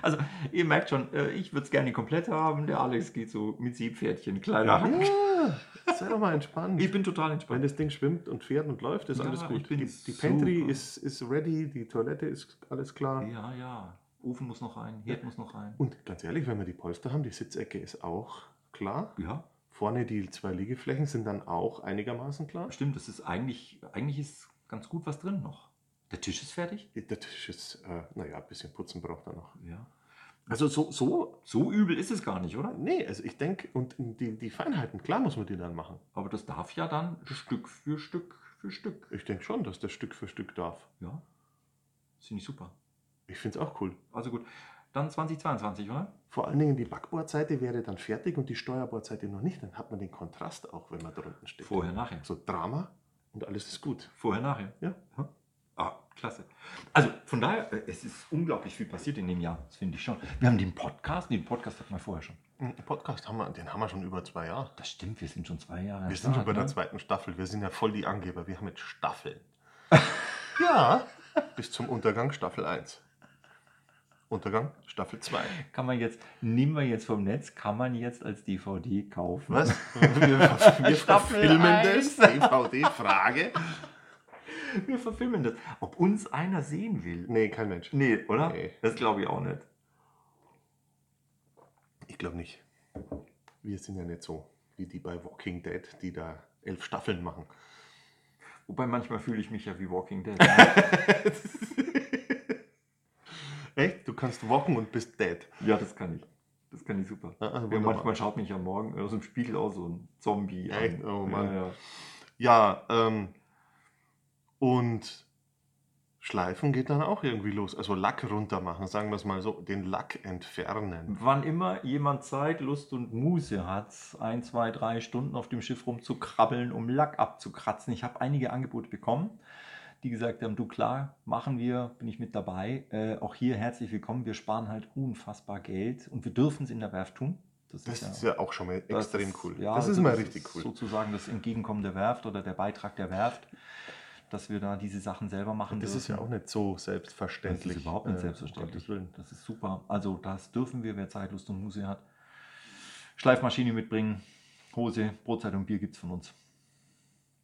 [SPEAKER 2] Also, ihr merkt schon, äh, ich würde es gerne komplett haben. Der Alex geht so mit Seepferdchen, Kleider.
[SPEAKER 1] Ja, Ah, sei doch mal entspannt.
[SPEAKER 2] Ich bin total
[SPEAKER 1] Wenn
[SPEAKER 2] entspannt.
[SPEAKER 1] das Ding schwimmt und fährt und läuft, ist
[SPEAKER 2] Ja,
[SPEAKER 1] alles
[SPEAKER 2] ich
[SPEAKER 1] gut.
[SPEAKER 2] bin
[SPEAKER 1] Die, die Pantry
[SPEAKER 2] super.
[SPEAKER 1] ist, ist ready, die Toilette ist alles klar.
[SPEAKER 2] Ja, ja. Ofen muss noch rein, Herd muss noch rein.
[SPEAKER 1] Und ganz ehrlich, wenn wir die Polster haben, die Sitzecke ist auch klar.
[SPEAKER 2] Ja,
[SPEAKER 1] Vorne die zwei Liegeflächen sind dann auch einigermaßen klar.
[SPEAKER 2] Stimmt, das ist eigentlich, eigentlich ist ganz gut was drin noch. Der Tisch ist fertig?
[SPEAKER 1] Der Tisch ist, äh, naja, ein bisschen putzen braucht er noch.
[SPEAKER 2] Ja.
[SPEAKER 1] Also so, so
[SPEAKER 2] So übel ist es gar nicht, oder?
[SPEAKER 1] nee, also ich denke, und die, die Feinheiten, klar muss man die dann machen.
[SPEAKER 2] Aber das darf ja dann Stück für Stück für Stück.
[SPEAKER 1] Ich denke schon, dass das Stück für Stück darf.
[SPEAKER 2] Ja. Das Finde ich super.
[SPEAKER 1] Ich finde es auch cool.
[SPEAKER 2] Also gut. Dann 2022, oder?
[SPEAKER 1] Vor allen Dingen die Backbordseite wäre dann fertig und die Steuerbordseite noch nicht. Dann hat man den Kontrast auch, wenn man drunten steht.
[SPEAKER 2] Vorher, nachher.
[SPEAKER 1] So Drama und alles ist gut.
[SPEAKER 2] Vorher, nachher.
[SPEAKER 1] Ja.
[SPEAKER 2] Ah, klasse. Also von daher, äh, es ist unglaublich viel passiert in dem Jahr. Das finde ich schon. Wir haben den Podcast, den Podcast hatten wir vorher schon.
[SPEAKER 1] Ein Podcast haben wir, den haben wir schon über zwei Jahre.
[SPEAKER 2] Das stimmt, wir sind schon zwei Jahre.
[SPEAKER 1] Wir sind schon bei
[SPEAKER 2] ne?
[SPEAKER 1] der zweiten Staffel. Wir sind ja voll die Angeber. Wir haben jetzt Staffeln. ja, bis zum Untergang Staffel 1. Untergang Staffel 2.
[SPEAKER 2] Kann man jetzt, nehmen wir jetzt vom Netz, kann man jetzt als DVD kaufen.
[SPEAKER 1] Was? Wir, wir
[SPEAKER 2] Staffel
[SPEAKER 1] verfilmen
[SPEAKER 2] eins.
[SPEAKER 1] das. DVD-Frage.
[SPEAKER 2] Wir verfilmen das. Ob uns einer sehen will?
[SPEAKER 1] Nee, kein Mensch.
[SPEAKER 2] Nee, oder?
[SPEAKER 1] Nee.
[SPEAKER 2] Das glaube ich auch nicht.
[SPEAKER 1] Ich glaube nicht. Wir sind ja nicht so wie die bei Walking Dead, die da elf Staffeln machen.
[SPEAKER 2] Wobei manchmal fühle ich mich ja wie Walking Dead.
[SPEAKER 1] Echt? Du kannst walken und bist dead.
[SPEAKER 2] ja, das kann ich. Das kann ich super.
[SPEAKER 1] Ah, ah,
[SPEAKER 2] Ja,
[SPEAKER 1] wunderbar.
[SPEAKER 2] manchmal schaut mich am Morgen aus dem Spiegel aus so ein Zombie an.
[SPEAKER 1] Echt? Oh Mann.
[SPEAKER 2] Ja, ja.
[SPEAKER 1] Ja, ähm, und Schleifen geht dann auch irgendwie los. Also Lack runter machen, sagen wir es mal so. Den Lack entfernen.
[SPEAKER 2] Wann immer jemand Zeit, Lust und Muße hat, ein, zwei, drei Stunden auf dem Schiff rumzukrabbeln, um Lack abzukratzen. Ich habe einige Angebote bekommen, die gesagt haben, du klar, machen wir, bin ich mit dabei. Äh, auch hier herzlich willkommen. Wir sparen halt unfassbar Geld und wir dürfen es in der Werft tun.
[SPEAKER 1] Das ist ja auch schon mal
[SPEAKER 2] das
[SPEAKER 1] extrem
[SPEAKER 2] ist-
[SPEAKER 1] cool.
[SPEAKER 2] ja,
[SPEAKER 1] das ist
[SPEAKER 2] also
[SPEAKER 1] mal richtig cool.
[SPEAKER 2] Sozusagen das Entgegenkommen der Werft oder der Beitrag der Werft, dass wir da diese Sachen selber machen
[SPEAKER 1] das
[SPEAKER 2] dürfen.
[SPEAKER 1] ist ja auch nicht so
[SPEAKER 2] Das
[SPEAKER 1] selbstverständlich.
[SPEAKER 2] ist überhaupt nicht
[SPEAKER 1] äh,
[SPEAKER 2] selbstverständlich.
[SPEAKER 1] Um Gottes Willen.
[SPEAKER 2] das ist super. Also das dürfen wir, wer Zeit, Lust und Muße hat. Schleifmaschine mitbringen, Hose, Brotzeit und Bier gibt's von uns.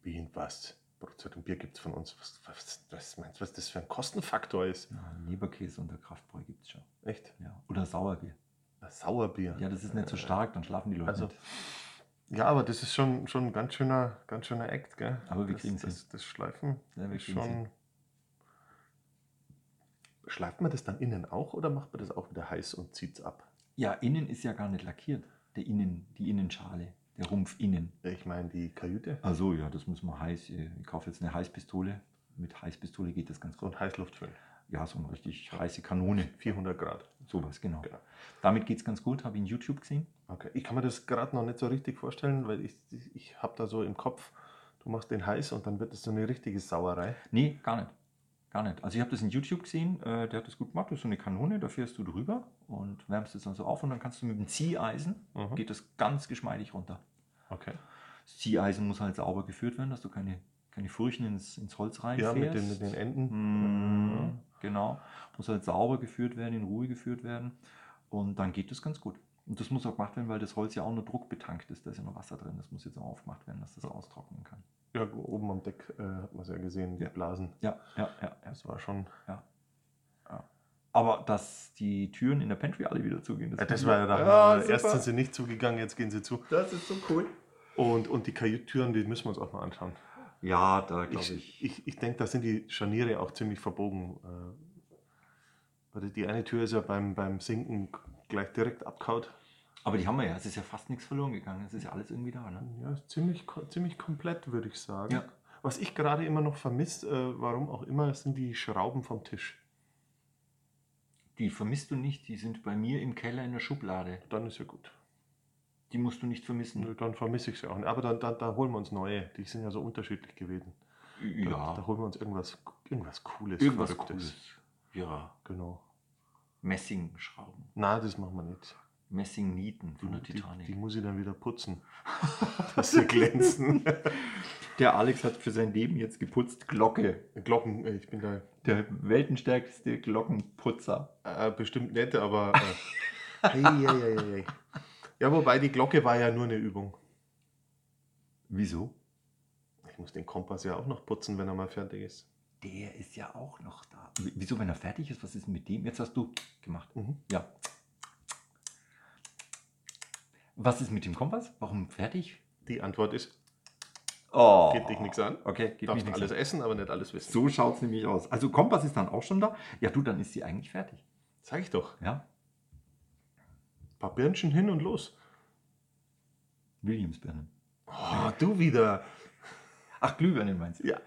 [SPEAKER 1] Wie in was? Brotzeit und Bier gibt es von uns. Was, was, was meinst du, was das für ein Kostenfaktor ist?
[SPEAKER 2] Ja, Leberkäse und der Kraftbräu gibt's schon.
[SPEAKER 1] Echt?
[SPEAKER 2] Ja. Oder Sauerbier.
[SPEAKER 1] Sauerbier.
[SPEAKER 2] Ja, das ist nicht so stark, dann schlafen die Leute
[SPEAKER 1] Also,
[SPEAKER 2] nicht.
[SPEAKER 1] ja, aber das ist schon, schon ein ganz schöner, ganz schöner Act, gell?
[SPEAKER 2] Aber wir
[SPEAKER 1] das,
[SPEAKER 2] kriegen's
[SPEAKER 1] das, das Schleifen
[SPEAKER 2] Ja, wir
[SPEAKER 1] ist
[SPEAKER 2] kriegen's
[SPEAKER 1] schon. Schleift man das dann innen auch oder macht man das auch wieder heiß und zieht's ab?
[SPEAKER 2] Ja, innen ist ja gar nicht lackiert, der innen, die Innenschale. Der Rumpf innen.
[SPEAKER 1] Ich meine, die Kajüte.
[SPEAKER 2] Also ja, das müssen wir heiß. äh, Ich kaufe jetzt eine Heißpistole. Mit Heißpistole geht das ganz
[SPEAKER 1] So
[SPEAKER 2] gut.
[SPEAKER 1] ein Heißluftfilm.
[SPEAKER 2] Ja, so eine richtig heiße Kanone.
[SPEAKER 1] 400 Grad.
[SPEAKER 2] Sowas, genau.
[SPEAKER 1] Genau.
[SPEAKER 2] Damit geht es ganz gut, habe ich in YouTube gesehen.
[SPEAKER 1] Okay. Ich kann mir das gerade noch nicht so richtig vorstellen, weil ich, ich habe da so im Kopf, du machst den heiß und dann wird das so eine richtige Sauerei.
[SPEAKER 2] Nee, gar nicht. Gar nicht. Also ich habe das in YouTube gesehen, äh, der hat das gut gemacht, das ist so eine Kanone, da fährst du drüber und wärmst es dann so auf und dann kannst du mit dem Zieheisen,
[SPEAKER 1] Mhm.
[SPEAKER 2] geht das ganz geschmeidig runter.
[SPEAKER 1] Okay.
[SPEAKER 2] Das Zieheisen muss halt sauber geführt werden, dass du keine, keine Furchen ins, ins Holz
[SPEAKER 1] Ja,
[SPEAKER 2] reinfährst.
[SPEAKER 1] mit den, mit den Enden.
[SPEAKER 2] Mhm, genau. Muss halt sauber geführt werden, in Ruhe geführt werden. Und dann geht das ganz gut. Und das muss auch gemacht werden, weil das Holz ja auch nur druckbetankt ist. Da ist ja noch Wasser drin. Das muss jetzt auch aufgemacht werden, dass das austrocknen kann.
[SPEAKER 1] Ja, oben am Deck äh, hat man es ja gesehen, die
[SPEAKER 2] Ja.
[SPEAKER 1] Blasen.
[SPEAKER 2] Ja, ja, ja. ja.
[SPEAKER 1] Das war schon.
[SPEAKER 2] Aber dass die Türen in der Pantry alle wieder zugehen,
[SPEAKER 1] Ja, das war ja der Hammer. Erst sind sie nicht zugegangen, jetzt gehen sie zu.
[SPEAKER 2] Das ist so cool.
[SPEAKER 1] Und, und die Kajüttüren, die müssen wir uns auch mal anschauen.
[SPEAKER 2] Ja, da glaube
[SPEAKER 1] Ich,
[SPEAKER 2] ich.
[SPEAKER 1] ich, ich, denke, da sind die Scharniere auch ziemlich verbogen. äh, Weil die- die eine Tür ist ja beim, beim Sinken gleich direkt abkaut.
[SPEAKER 2] Aber die haben wir ja. Es ist ja fast nichts verloren gegangen. Es ist ja alles irgendwie da. Ne?
[SPEAKER 1] Ja, ist ziemlich, ko- ziemlich komplett, würde ich sagen.
[SPEAKER 2] Ja.
[SPEAKER 1] Was ich gerade immer noch vermisse, äh, warum auch immer, sind die Schrauben vom Tisch.
[SPEAKER 2] Die vermisst du nicht. Die sind bei mir im Keller in der Schublade.
[SPEAKER 1] Dann ist ja gut.
[SPEAKER 2] Die musst du nicht vermissen.
[SPEAKER 1] Nö, Dann vermisse ich sie auch nicht. Aber dann, dann, da holen wir uns neue. Die sind ja so unterschiedlich gewesen. Da, da holen wir uns irgendwas, irgendwas Cooles.
[SPEAKER 2] Irgendwas
[SPEAKER 1] Verrücktes.
[SPEAKER 2] Cooles. Ja.
[SPEAKER 1] Genau.
[SPEAKER 2] Messingschrauben.
[SPEAKER 1] Na, das machen wir nicht.
[SPEAKER 2] Messingnieten von der
[SPEAKER 1] die, die,
[SPEAKER 2] Titanic.
[SPEAKER 1] die muss ich dann wieder putzen. Dass sie glänzen.
[SPEAKER 2] der Alex hat für sein Leben jetzt geputzt. Glocke.
[SPEAKER 1] Glocken, äh, ich bin da
[SPEAKER 2] Der weltenstärkste Glockenputzer.
[SPEAKER 1] äh, bestimmt nett, aber. Äh, ei, ei, ei, ei. Ja, wobei die Glocke war ja nur eine Übung.
[SPEAKER 2] Wieso?
[SPEAKER 1] Ich muss den Kompass ja auch noch putzen, wenn er mal fertig ist.
[SPEAKER 2] Der ist ja auch noch da. W- Wieso, wenn er fertig ist? Was ist denn mit dem? Jetzt hast du gemacht.
[SPEAKER 1] Mhm.
[SPEAKER 2] Ja. Was ist mit dem Kompass? Warum fertig?
[SPEAKER 1] Die Antwort ist,
[SPEAKER 2] Oh.
[SPEAKER 1] geht dich nichts an.
[SPEAKER 2] Okay, geht mich
[SPEAKER 1] Darfst
[SPEAKER 2] nichts
[SPEAKER 1] alles
[SPEAKER 2] an.
[SPEAKER 1] essen, aber nicht alles wissen.
[SPEAKER 2] So schaut es nämlich aus. Also Kompass ist dann auch schon da. Ja, du, dann ist sie eigentlich fertig.
[SPEAKER 1] Sag ich doch.
[SPEAKER 2] Ja,
[SPEAKER 1] Ein paar Birnchen hin und los.
[SPEAKER 2] Williamsbirnen.
[SPEAKER 1] Oh, du wieder.
[SPEAKER 2] Ach, Glühbirnen meinst du?
[SPEAKER 1] Ja.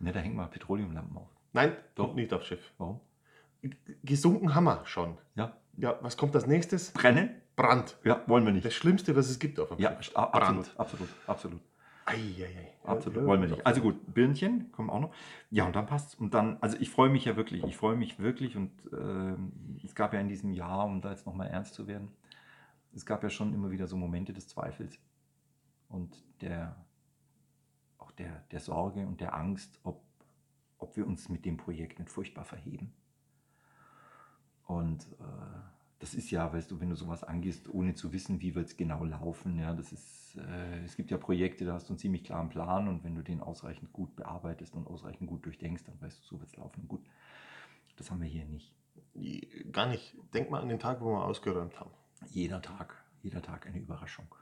[SPEAKER 2] Ne, da hängen mal Petroleumlampen auf.
[SPEAKER 1] Nein,
[SPEAKER 2] Doch.
[SPEAKER 1] kommt nicht aufs Schiff.
[SPEAKER 2] Warum?
[SPEAKER 1] Gesunken haben wir schon.
[SPEAKER 2] Ja.
[SPEAKER 1] Ja, was kommt als nächstes?
[SPEAKER 2] Brennen?
[SPEAKER 1] Brand.
[SPEAKER 2] Ja, wollen wir nicht.
[SPEAKER 1] Das Schlimmste, was es gibt auf dem
[SPEAKER 2] ja,
[SPEAKER 1] Schiff.
[SPEAKER 2] st- a-
[SPEAKER 1] Brand.
[SPEAKER 2] absolut, absolut, absolut,
[SPEAKER 1] Eieiei.
[SPEAKER 2] absolut. wollen wir nicht. Also gut, Birnchen kommen auch noch. Ja, und dann passt's. Und dann, also ich freue mich ja wirklich, ich freue mich wirklich. Und ähm, es gab ja in diesem Jahr, um da jetzt nochmal ernst zu werden, es gab ja schon immer wieder so Momente des Zweifels und der, auch der, der Sorge und der Angst, ob, ob wir uns mit dem Projekt nicht furchtbar verheben. Und äh, das ist ja, weißt du, wenn du sowas angehst, ohne zu wissen, wie wird es genau laufen, ja, das ist, äh, es gibt ja Projekte, da hast du einen ziemlich klaren Plan und wenn du den ausreichend gut bearbeitest und ausreichend gut durchdenkst, dann weißt du, so wird es laufen. Und gut, das haben wir hier nicht.
[SPEAKER 1] Gar nicht. Denk mal an den Tag, wo wir ausgeräumt haben.
[SPEAKER 2] Jeder Tag, jeder Tag eine Überraschung.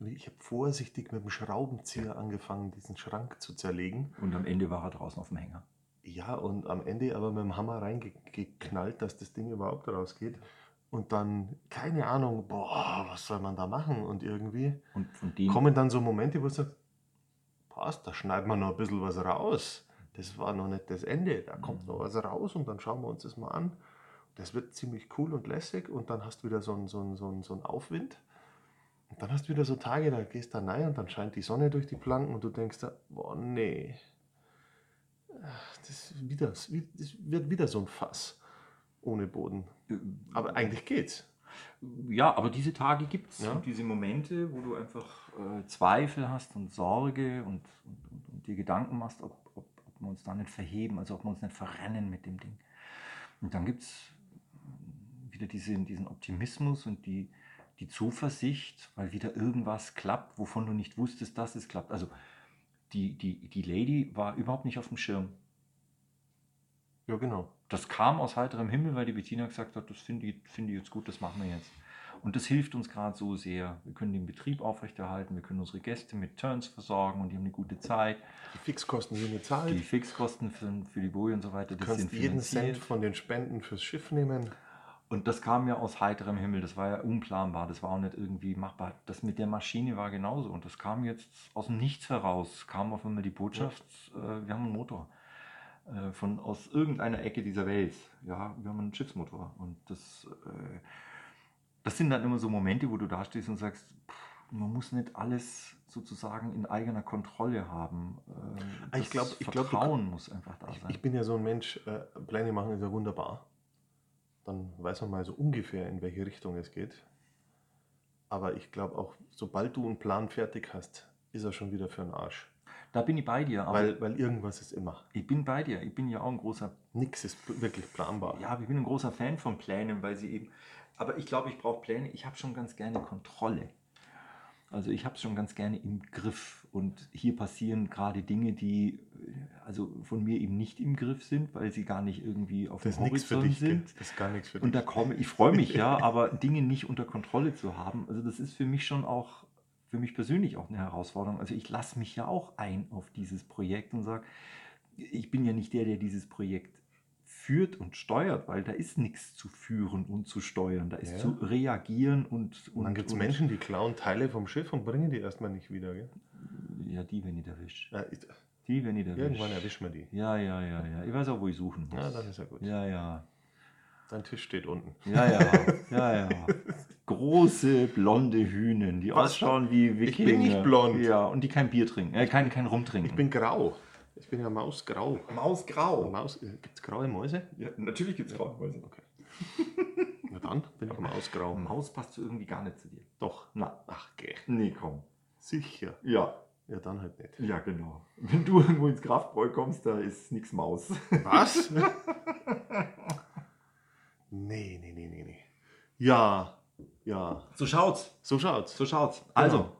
[SPEAKER 1] Ich habe vorsichtig mit dem Schraubenzieher angefangen, diesen Schrank zu zerlegen.
[SPEAKER 2] Und am Ende war er draußen auf dem Hänger.
[SPEAKER 1] Ja, und am Ende aber mit dem Hammer reingeknallt, dass das Ding überhaupt rausgeht. Und dann, keine Ahnung, boah, was soll man da machen? Und irgendwie
[SPEAKER 2] Und von dem.
[SPEAKER 1] kommen dann so Momente, wo du sagst, passt, da schneiden wir noch ein bisschen was raus. Das war noch nicht das Ende, da kommt
[SPEAKER 2] Mhm.
[SPEAKER 1] noch was raus und dann schauen wir uns das mal an. Das wird ziemlich cool und lässig und dann hast du wieder so einen, so einen, so einen, so einen Aufwind. Und dann hast du wieder so Tage, da gehst du da rein und dann scheint die Sonne durch die Planken und du denkst da, boah, nee. Ach, Das, ist wieder, das wird wieder so ein Fass ohne Boden.
[SPEAKER 2] äh,
[SPEAKER 1] Aber eigentlich geht's.
[SPEAKER 2] Ja, aber diese Tage gibt es.
[SPEAKER 1] Ja.
[SPEAKER 2] Diese Momente, wo du einfach äh, Zweifel hast und Sorge und, und, und, und dir Gedanken machst, ob, ob, ob wir uns da nicht verheben, also ob wir uns nicht verrennen mit dem Ding. Und dann gibt es wieder diesen, diesen Optimismus und die, die Zuversicht, weil wieder irgendwas klappt, wovon du nicht wusstest, dass es klappt. Also die, die, die Lady war überhaupt nicht auf dem Schirm.
[SPEAKER 1] Ja, genau.
[SPEAKER 2] Das kam aus heiterem Himmel, weil die Bettina gesagt hat, das finde ich, finde ich jetzt gut, das machen wir jetzt. Und das hilft uns gerade so sehr. Wir können den Betrieb aufrechterhalten, wir können unsere Gäste mit Turns versorgen und die haben eine gute Zeit.
[SPEAKER 1] Die Fixkosten sind bezahlt.
[SPEAKER 2] Die Fixkosten für, für die Boje und so weiter,
[SPEAKER 1] Halt. Du kannst jeden
[SPEAKER 2] finanziert.
[SPEAKER 1] Cent von den Spenden fürs Schiff nehmen.
[SPEAKER 2] Und das kam ja aus heiterem Himmel, das war ja unplanbar, das war auch nicht irgendwie machbar. Das mit der Maschine war genauso und das kam jetzt aus dem Nichts heraus, kam auf einmal die Botschaft, äh, wir haben einen Motor äh, von aus irgendeiner Ecke dieser Welt. Ja, wir haben einen Schiffsmotor und das, äh, das sind dann immer so Momente, wo du da stehst und sagst, pff, man muss nicht alles sozusagen in eigener Kontrolle haben. Äh,
[SPEAKER 1] Ah, ich
[SPEAKER 2] das
[SPEAKER 1] glaub- ich glaub, du-
[SPEAKER 2] Vertrauen muss einfach da
[SPEAKER 1] Ich,
[SPEAKER 2] sein.
[SPEAKER 1] ich bin ja so ein Mensch, äh, Pläne machen ist ja wunderbar. Dann weiß man mal so ungefähr, in welche Richtung es geht. Aber ich glaube auch, sobald du einen Plan fertig hast, ist er schon wieder für den Arsch.
[SPEAKER 2] da bin ich bei dir, aber
[SPEAKER 1] Weil, weil irgendwas ist immer.
[SPEAKER 2] ich bin bei dir. Ich bin ja auch ein großer
[SPEAKER 1] Nix ist pl- wirklich planbar.
[SPEAKER 2] Ja, ich bin ein großer Fan von Plänen, weil sie eben. Aber ich glaube, ich brauche Pläne. Ich habe schon ganz gerne Kontrolle. Also ich habe es schon ganz gerne im Griff. Und hier passieren gerade Dinge, die äh, also von mir eben nicht im Griff sind, weil sie gar nicht irgendwie auf
[SPEAKER 1] das ist
[SPEAKER 2] dem
[SPEAKER 1] nichts für
[SPEAKER 2] Horizont
[SPEAKER 1] dich. gell?
[SPEAKER 2] sind.
[SPEAKER 1] Das ist gar nichts für
[SPEAKER 2] Und da
[SPEAKER 1] dich.
[SPEAKER 2] komme ich freue mich ja, aber Dinge nicht unter Kontrolle zu haben, also das ist für mich schon auch für mich persönlich auch eine Herausforderung. Also ich lasse mich ja auch ein auf dieses Projekt und sage, ich bin ja nicht der, der dieses Projekt führt und steuert, weil da ist nichts zu führen und zu steuern, da ist
[SPEAKER 1] Ja.
[SPEAKER 2] zu reagieren und
[SPEAKER 1] Und
[SPEAKER 2] und
[SPEAKER 1] dann gibt es
[SPEAKER 2] und-
[SPEAKER 1] Menschen, die klauen Teile vom Schiff und bringen die erstmal nicht wieder. Gell?
[SPEAKER 2] Ja, die wenn ich erwischt.
[SPEAKER 1] Ja, ich-
[SPEAKER 2] Die wenn ich erwischt.
[SPEAKER 1] irgendwann erwischt man die.
[SPEAKER 2] Ja, ja, ja, ja. Ich weiß auch, wo ich suchen muss.
[SPEAKER 1] Ja, dann ist ja gut.
[SPEAKER 2] Ja, ja.
[SPEAKER 1] Dein Tisch steht unten.
[SPEAKER 2] Ja, ja, ja, ja. Große blonde Hühnen, die
[SPEAKER 1] Was?
[SPEAKER 2] ausschauen wie Wikinger.
[SPEAKER 1] Ich bin nicht blond.
[SPEAKER 2] Ja, und die kein Bier trinken, äh, kein, kein Rum trinken.
[SPEAKER 1] Ich bin grau. Ich bin ja mausgrau.
[SPEAKER 2] mausgrau.
[SPEAKER 1] Maus, gibt es graue Mäuse?
[SPEAKER 2] Ja, natürlich gibt es grau.
[SPEAKER 1] Okay. Na dann bin ich mausgrau.
[SPEAKER 2] Maus passt so irgendwie gar nicht zu dir.
[SPEAKER 1] Doch.
[SPEAKER 2] Na,
[SPEAKER 1] Ach, geh.
[SPEAKER 2] nee, komm.
[SPEAKER 1] Sicher.
[SPEAKER 2] Ja,
[SPEAKER 1] Ja, dann halt nicht.
[SPEAKER 2] ja, genau. Wenn du irgendwo ins Kraftbräu kommst, da ist nichts Maus.
[SPEAKER 1] Was? nee, nee, nee, nee, nee. Ja, ja.
[SPEAKER 2] So schaut's.
[SPEAKER 1] So schaut's.
[SPEAKER 2] So schaut's.
[SPEAKER 1] Genau.
[SPEAKER 2] Also,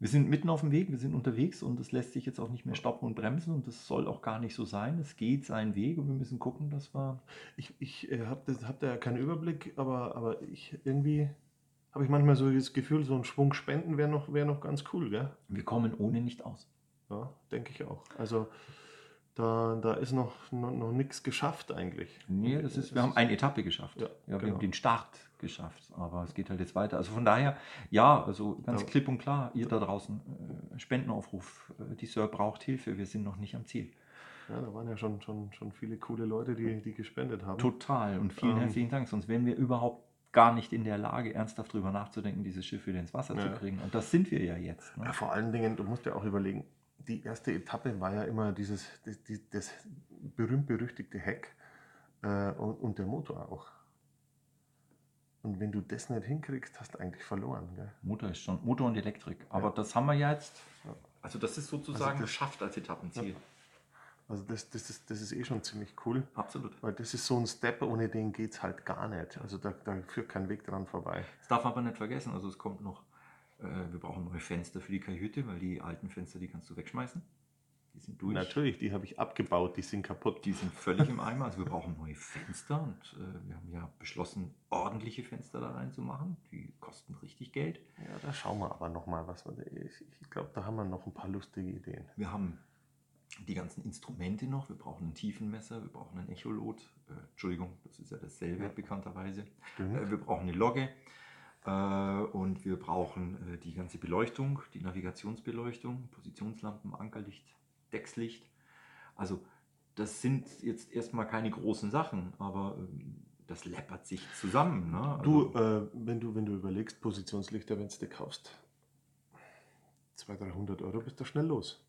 [SPEAKER 2] wir sind mitten auf dem Weg, wir sind unterwegs und es lässt sich jetzt auch nicht mehr stoppen und bremsen und das soll auch gar nicht so sein. Es geht seinen Weg und wir müssen gucken, dass wir.
[SPEAKER 1] Ich, ich äh, hab, das, hab da ja keinen Überblick, aber, aber ich irgendwie habe ich manchmal so das Gefühl, so ein Schwung Spenden wäre noch, wär noch ganz cool, gell?
[SPEAKER 2] Wir kommen ohne nicht aus.
[SPEAKER 1] Ja, denke ich auch. Also da, da ist noch, noch, noch nichts geschafft eigentlich.
[SPEAKER 2] Nee, das ist, wir haben eine Etappe geschafft.
[SPEAKER 1] Ja,
[SPEAKER 2] Wir
[SPEAKER 1] genau.
[SPEAKER 2] haben den Start geschafft, aber es geht halt jetzt weiter. Also von daher, ja, also ganz
[SPEAKER 1] Ja.
[SPEAKER 2] klipp und klar, ihr da draußen, äh, Spendenaufruf, äh, die Sir braucht Hilfe, wir sind noch nicht am Ziel.
[SPEAKER 1] Ja, da waren ja schon, schon, schon viele coole Leute, die, die gespendet haben.
[SPEAKER 2] Total und vielen
[SPEAKER 1] Ähm.
[SPEAKER 2] herzlichen Dank, sonst wären wir überhaupt gar nicht in der Lage, ernsthaft drüber nachzudenken, dieses Schiff wieder ins Wasser
[SPEAKER 1] Ja.
[SPEAKER 2] zu kriegen. Und das sind wir ja jetzt. Ne?
[SPEAKER 1] Ja, vor allen Dingen, du musst ja auch überlegen, die erste Etappe war ja immer dieses, das, die- das berühmt-berüchtigte Heck äh, und, und der Motor auch. Und wenn du das nicht hinkriegst, hast du eigentlich verloren. Gell?
[SPEAKER 2] Motor ist schon, Motor und Elektrik. Aber
[SPEAKER 1] Ja.
[SPEAKER 2] das haben wir ja jetzt.
[SPEAKER 1] Ja.
[SPEAKER 2] Also das ist
[SPEAKER 1] sozusagen Also das-
[SPEAKER 2] geschafft als Etappenziel.
[SPEAKER 1] Also das, das, ist, das ist eh schon ziemlich cool,
[SPEAKER 2] Absolut.
[SPEAKER 1] weil das ist so ein Step, ohne den geht es halt gar nicht. Also da, da führt kein Weg dran vorbei.
[SPEAKER 2] Das darf man aber nicht vergessen. Also es kommt noch, äh, wir brauchen neue Fenster für die Kajüte, weil die alten Fenster, die kannst du wegschmeißen. Die sind durch.
[SPEAKER 1] Natürlich, die habe ich abgebaut, die sind kaputt.
[SPEAKER 2] Die sind völlig im Eimer. Also wir brauchen neue Fenster und äh, wir haben ja beschlossen, ordentliche Fenster da reinzumachen. Die kosten richtig Geld.
[SPEAKER 1] Ja, da schauen wir aber nochmal, was wir da. Ich, ich glaube, da haben wir noch ein paar lustige Ideen.
[SPEAKER 2] Wir haben die ganzen Instrumente noch. Wir brauchen ein Tiefenmesser, wir brauchen ein Echolot. Äh, Entschuldigung, das ist ja dasselbe
[SPEAKER 1] Ja.
[SPEAKER 2] bekannterweise.
[SPEAKER 1] Stimmt.
[SPEAKER 2] Äh, Wir brauchen eine Logge äh, und wir brauchen äh, die ganze Beleuchtung, die Navigationsbeleuchtung, Positionslampen, Ankerlicht, Deckslicht. Also das sind jetzt erstmal keine großen Sachen, aber ähm, das läppert sich zusammen. Ne? Also,
[SPEAKER 1] Du, äh, wenn du, wenn du überlegst, Positionslichter, wenn du dir kaufst, 200, 300 Euro bist du schnell los.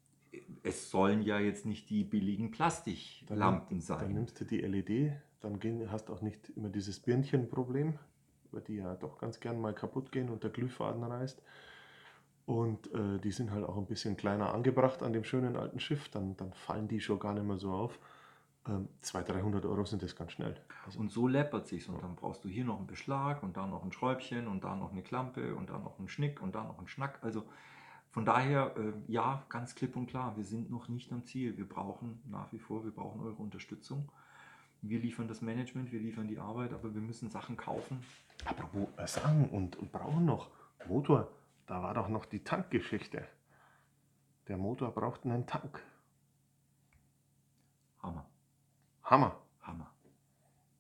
[SPEAKER 2] es sollen ja jetzt nicht die billigen Plastiklampen
[SPEAKER 1] Dann
[SPEAKER 2] sein.
[SPEAKER 1] nimmst du die LED, dann gehen, hast auch nicht immer dieses Birnchenproblem, weil die ja doch ganz gern mal kaputt gehen und der Glühfaden reißt. Und äh, die sind halt auch ein bisschen kleiner angebracht an dem schönen alten Schiff, dann, dann fallen die schon gar nicht mehr so auf. Ähm, 200, 300 Euro sind das ganz schnell. Also,
[SPEAKER 2] Und so läppert sich's und dann brauchst du hier noch einen Beschlag und da noch ein Schräubchen und da noch eine Klampe und da noch einen Schnick und da noch einen Schnack. Also von daher, äh, ja, ganz klipp und klar, wir sind noch nicht am Ziel. Wir brauchen nach wie vor, wir brauchen eure Unterstützung. Wir liefern das Management, wir liefern die Arbeit, aber wir müssen Sachen kaufen.
[SPEAKER 1] apropos äh, Sagen und, und brauchen noch Motor, da war doch noch die Tankgeschichte. Der Motor braucht einen Tank.
[SPEAKER 2] Hammer,
[SPEAKER 1] Hammer.
[SPEAKER 2] Hammer.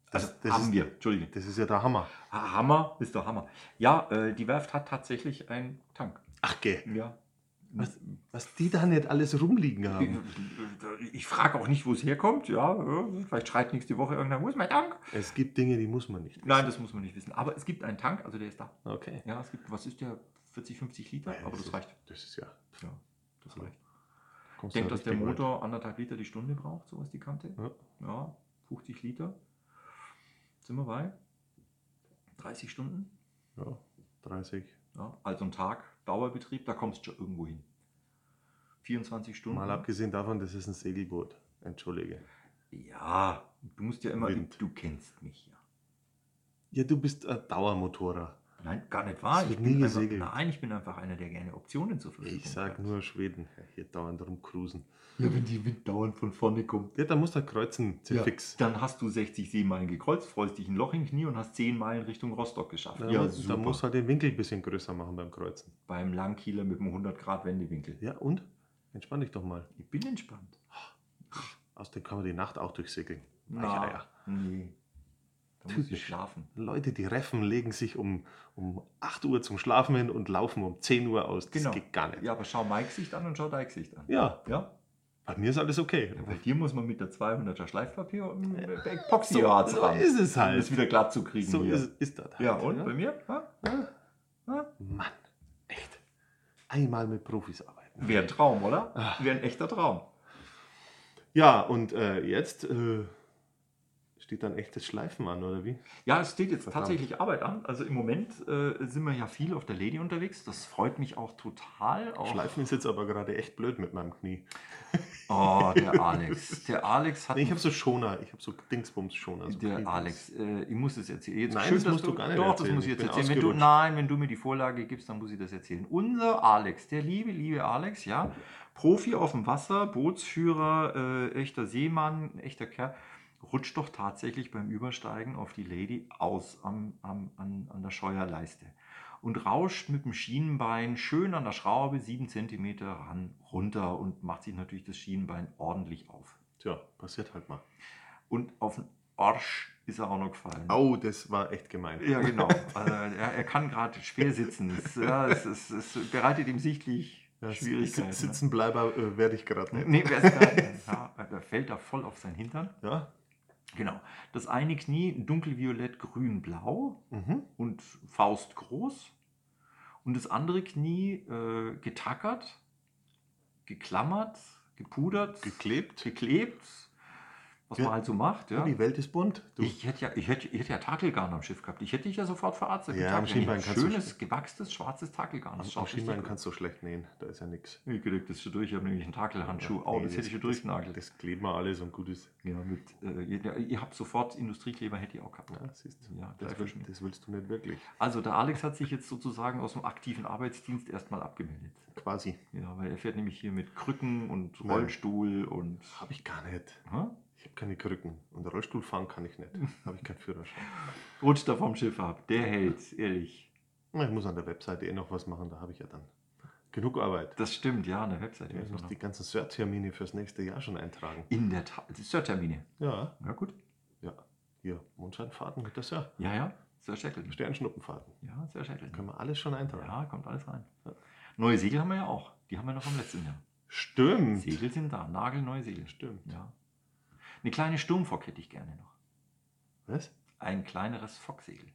[SPEAKER 1] Das-
[SPEAKER 2] Also
[SPEAKER 1] das
[SPEAKER 2] haben
[SPEAKER 1] ist-
[SPEAKER 2] wir, Entschuldigung.
[SPEAKER 1] Das ist ja der Hammer.
[SPEAKER 2] Ah, Hammer ist der Hammer. Ja, äh, die Werft hat tatsächlich einen Tank.
[SPEAKER 1] Ach, geh.
[SPEAKER 2] Ja.
[SPEAKER 1] Was, was die da nicht alles rumliegen haben.
[SPEAKER 2] Ich, ich frage auch nicht, wo es herkommt. Ja, äh, vielleicht schreit nächste Woche irgendeiner, wo ist mein Tank?
[SPEAKER 1] Es gibt Dinge, die muss man nicht.
[SPEAKER 2] Nein, das muss man nicht wissen. Aber es gibt einen Tank, also der ist da.
[SPEAKER 1] Okay.
[SPEAKER 2] Ja, es gibt, was ist der? 40, 50 Liter?
[SPEAKER 1] Nein,
[SPEAKER 2] Aber das
[SPEAKER 1] ist-
[SPEAKER 2] reicht.
[SPEAKER 1] Das ist ja.
[SPEAKER 2] Ja, das
[SPEAKER 1] Ja.
[SPEAKER 2] reicht. Ich
[SPEAKER 1] kommst
[SPEAKER 2] denke,
[SPEAKER 1] du
[SPEAKER 2] dass der
[SPEAKER 1] richtig weit.
[SPEAKER 2] Motor anderthalb Liter die Stunde braucht, so ist die Kante.
[SPEAKER 1] Ja.
[SPEAKER 2] Ja, 50 Liter. Sind wir bei 30 Stunden.
[SPEAKER 1] Ja, 30.
[SPEAKER 2] Ja, also ein Tag Dauerbetrieb, da kommst du schon irgendwo hin. 24 Stunden.
[SPEAKER 1] Mal abgesehen davon, das ist ein Segelboot. Entschuldige.
[SPEAKER 2] Ja, du musst ja immer.
[SPEAKER 1] Wind.
[SPEAKER 2] Du kennst mich ja.
[SPEAKER 1] Ja, du bist ein Dauermotorer.
[SPEAKER 2] Nein, gar nicht wahr.
[SPEAKER 1] Es
[SPEAKER 2] Ich
[SPEAKER 1] wird
[SPEAKER 2] bin
[SPEAKER 1] nie
[SPEAKER 2] einfach,
[SPEAKER 1] gesegelt.
[SPEAKER 2] nein, ich bin einfach einer, der gerne Optionen zur Verfügung
[SPEAKER 1] Ich sag
[SPEAKER 2] hat.
[SPEAKER 1] nur Schweden. Hier dauernd rumcruisen.
[SPEAKER 2] Ja, wenn die Wind dauernd von vorne kommt.
[SPEAKER 1] Ja, da muss er kreuzen.
[SPEAKER 2] Ja,
[SPEAKER 1] Fix.
[SPEAKER 2] dann hast du 60 Seemeilen gekreuzt, freust dich ein Loch im Knie und hast 10 Meilen Richtung Rostock geschafft.
[SPEAKER 1] Da, muss, da muss er den Winkel ein bisschen größer machen beim Kreuzen.
[SPEAKER 2] Beim Langkieler mit dem 100 Grad Wendewinkel.
[SPEAKER 1] Ja, und? Entspann dich doch mal.
[SPEAKER 2] Ich bin entspannt.
[SPEAKER 1] Außerdem kann man die Nacht auch durchsegeln.
[SPEAKER 2] Na,
[SPEAKER 1] Eieiei.
[SPEAKER 2] Nee. Da muss ich
[SPEAKER 1] Typisch.
[SPEAKER 2] schlafen.
[SPEAKER 1] Leute, die Reffen legen sich um, um 8 Uhr zum Schlafen hin und laufen um 10 Uhr aus. Das
[SPEAKER 2] Genau.
[SPEAKER 1] geht gar nicht.
[SPEAKER 2] Ja, aber schau mein Gesicht an und schau dein Gesicht an.
[SPEAKER 1] Ja,
[SPEAKER 2] Ja?
[SPEAKER 1] bei mir ist alles okay.
[SPEAKER 2] ja bei dir muss man mit der 200er Schleifpapier und einem Epoxyharz
[SPEAKER 1] so
[SPEAKER 2] ran.
[SPEAKER 1] ist es
[SPEAKER 2] Um
[SPEAKER 1] halt.
[SPEAKER 2] das wieder glatt zu kriegen.
[SPEAKER 1] So
[SPEAKER 2] hier.
[SPEAKER 1] ist, ist das halt.
[SPEAKER 2] Ja, und bei mir? Ja?
[SPEAKER 1] Mann, echt. Einmal mit Profis arbeiten.
[SPEAKER 2] Wäre ein Traum, oder?
[SPEAKER 1] Ach.
[SPEAKER 2] Wäre ein echter Traum.
[SPEAKER 1] Ja, und äh, jetzt äh, steht dann echtes Schleifen an, oder wie?
[SPEAKER 2] Ja, es steht jetzt
[SPEAKER 1] Verdammt.
[SPEAKER 2] tatsächlich Arbeit an. Also im Moment äh, sind wir ja viel auf der Lady unterwegs. Das freut mich auch total. Auch
[SPEAKER 1] Schleifen ist jetzt aber gerade echt blöd mit meinem Knie.
[SPEAKER 2] Oh, der Alex. Der Alex hat.
[SPEAKER 1] Nee, ich habe so Schoner, ich habe so Dingsbums-Schoner. So
[SPEAKER 2] der
[SPEAKER 1] Kniebums.
[SPEAKER 2] Alex, äh, ich muss das erzählen. Jetzt
[SPEAKER 1] Also Nein, das
[SPEAKER 2] dass
[SPEAKER 1] musst du gar nicht
[SPEAKER 2] Doch, das
[SPEAKER 1] erzählen.
[SPEAKER 2] muss ich
[SPEAKER 1] Ich
[SPEAKER 2] jetzt
[SPEAKER 1] bin
[SPEAKER 2] erzählen. Wenn du,
[SPEAKER 1] ausgerutscht.
[SPEAKER 2] nein, wenn du mir die Vorlage gibst, dann muss ich das erzählen. Unser Alex, der liebe, liebe Alex, ja. Profi auf dem Wasser, Bootsführer, äh, echter Seemann, echter Kerl, rutscht doch tatsächlich beim Übersteigen auf die Lady aus am, am, an, an der Scheuerleiste und rauscht mit dem Schienenbein schön an der Schraube 7 cm ran, runter und macht sich natürlich das Schienenbein ordentlich auf.
[SPEAKER 1] Tja, passiert halt mal.
[SPEAKER 2] Und auf den Arsch ist er auch noch gefallen.
[SPEAKER 1] Au, das war echt gemein.
[SPEAKER 2] Ja, genau. Also, er, er kann gerade schwer sitzen. Es, ja, es, es, es bereitet ihm sichtlich
[SPEAKER 1] Ja,
[SPEAKER 2] Schwierigkeiten.
[SPEAKER 1] Sit- Sitzenbleiber äh, werde ich gerade nicht.
[SPEAKER 2] Nee, wer ist da? ja, er fällt da voll auf sein Hintern.
[SPEAKER 1] Ja?
[SPEAKER 2] Genau. Das eine Knie dunkelviolett, grün, blau
[SPEAKER 1] Mhm.
[SPEAKER 2] und faustgroß. Und das andere Knie äh, getackert, geklammert, gepudert,
[SPEAKER 1] Geklebt.
[SPEAKER 2] geklebt. Was
[SPEAKER 1] Ja.
[SPEAKER 2] man halt so macht.
[SPEAKER 1] Ja.
[SPEAKER 2] Ja.
[SPEAKER 1] Oh, Die Welt ist bunt. Du.
[SPEAKER 2] Ich hätte ja, ich hätte, ich hätte ja Takelgarn am Schiff gehabt. Ich hätte dich ja sofort verarztet. mit
[SPEAKER 1] Ja, am
[SPEAKER 2] Takelgarn.
[SPEAKER 1] Schienbein
[SPEAKER 2] Ich hätte
[SPEAKER 1] kannst du
[SPEAKER 2] Schönes,
[SPEAKER 1] sch-
[SPEAKER 2] gewachstes, schwarzes Takelgarn.
[SPEAKER 1] am
[SPEAKER 2] Das
[SPEAKER 1] am
[SPEAKER 2] schaut richtig
[SPEAKER 1] Schienbein
[SPEAKER 2] gut.
[SPEAKER 1] kannst du schlecht nähen, da ist ja nichts.
[SPEAKER 2] Ich krieg das schon durch. Ich habe nämlich einen Takelhandschuh.
[SPEAKER 1] Ja,
[SPEAKER 2] oh,
[SPEAKER 1] nee,
[SPEAKER 2] das hätte ich schon
[SPEAKER 1] das,
[SPEAKER 2] durchgenagelt.
[SPEAKER 1] das klebt mal alles und gut ist.
[SPEAKER 2] ja, mit, äh, ihr, ihr habt sofort Industriekleber, hätte ich auch gehabt.
[SPEAKER 1] Ja, siehst du.
[SPEAKER 2] Ja,
[SPEAKER 1] das,
[SPEAKER 2] gleich
[SPEAKER 1] will,
[SPEAKER 2] verschmiert.
[SPEAKER 1] das willst du nicht wirklich.
[SPEAKER 2] Also, der Alex hat sich jetzt sozusagen aus dem aktiven Arbeitsdienst erstmal abgemeldet.
[SPEAKER 1] Quasi.
[SPEAKER 2] Ja, weil er fährt nämlich hier mit Krücken und
[SPEAKER 1] Nein.
[SPEAKER 2] Rollstuhl und.
[SPEAKER 1] Habe ich gar nicht.
[SPEAKER 2] Hä?
[SPEAKER 1] Ich habe keine Krücken. Und Rollstuhl fahren kann ich nicht. Habe ich keinen Führerschein.
[SPEAKER 2] Rutscht da vom Schiff ab. Der hält, ehrlich.
[SPEAKER 1] Na, Ich muss an der Webseite eh noch was machen, da habe ich ja dann genug Arbeit.
[SPEAKER 2] Das stimmt, ja, genau. eine Webseite.
[SPEAKER 1] Ich
[SPEAKER 2] müssen wir
[SPEAKER 1] muss
[SPEAKER 2] noch-
[SPEAKER 1] die ganzen Cert-Termine fürs nächste Jahr schon eintragen.
[SPEAKER 2] In der Tat. Sir-Termine.
[SPEAKER 1] Ja,
[SPEAKER 2] Ja, gut.
[SPEAKER 1] ja. Hier, Mondscheinfahrten gibt das ja.
[SPEAKER 2] Ja, ja, Sir Shackleton.
[SPEAKER 1] Sternschnuppenfahrten.
[SPEAKER 2] Ja, Sir Shackleton.
[SPEAKER 1] Können wir alles schon eintragen.
[SPEAKER 2] Mhm. Ja, kommt alles rein. Neue Segel haben wir ja auch. Die haben wir noch vom letzten Jahr.
[SPEAKER 1] Stimmt.
[SPEAKER 2] Segel sind da, nagelneue Segel.
[SPEAKER 1] Stimmt.
[SPEAKER 2] Ja. Eine kleine Sturmfock hätte ich gerne noch.
[SPEAKER 1] Was?
[SPEAKER 2] Ein kleineres Focksegel.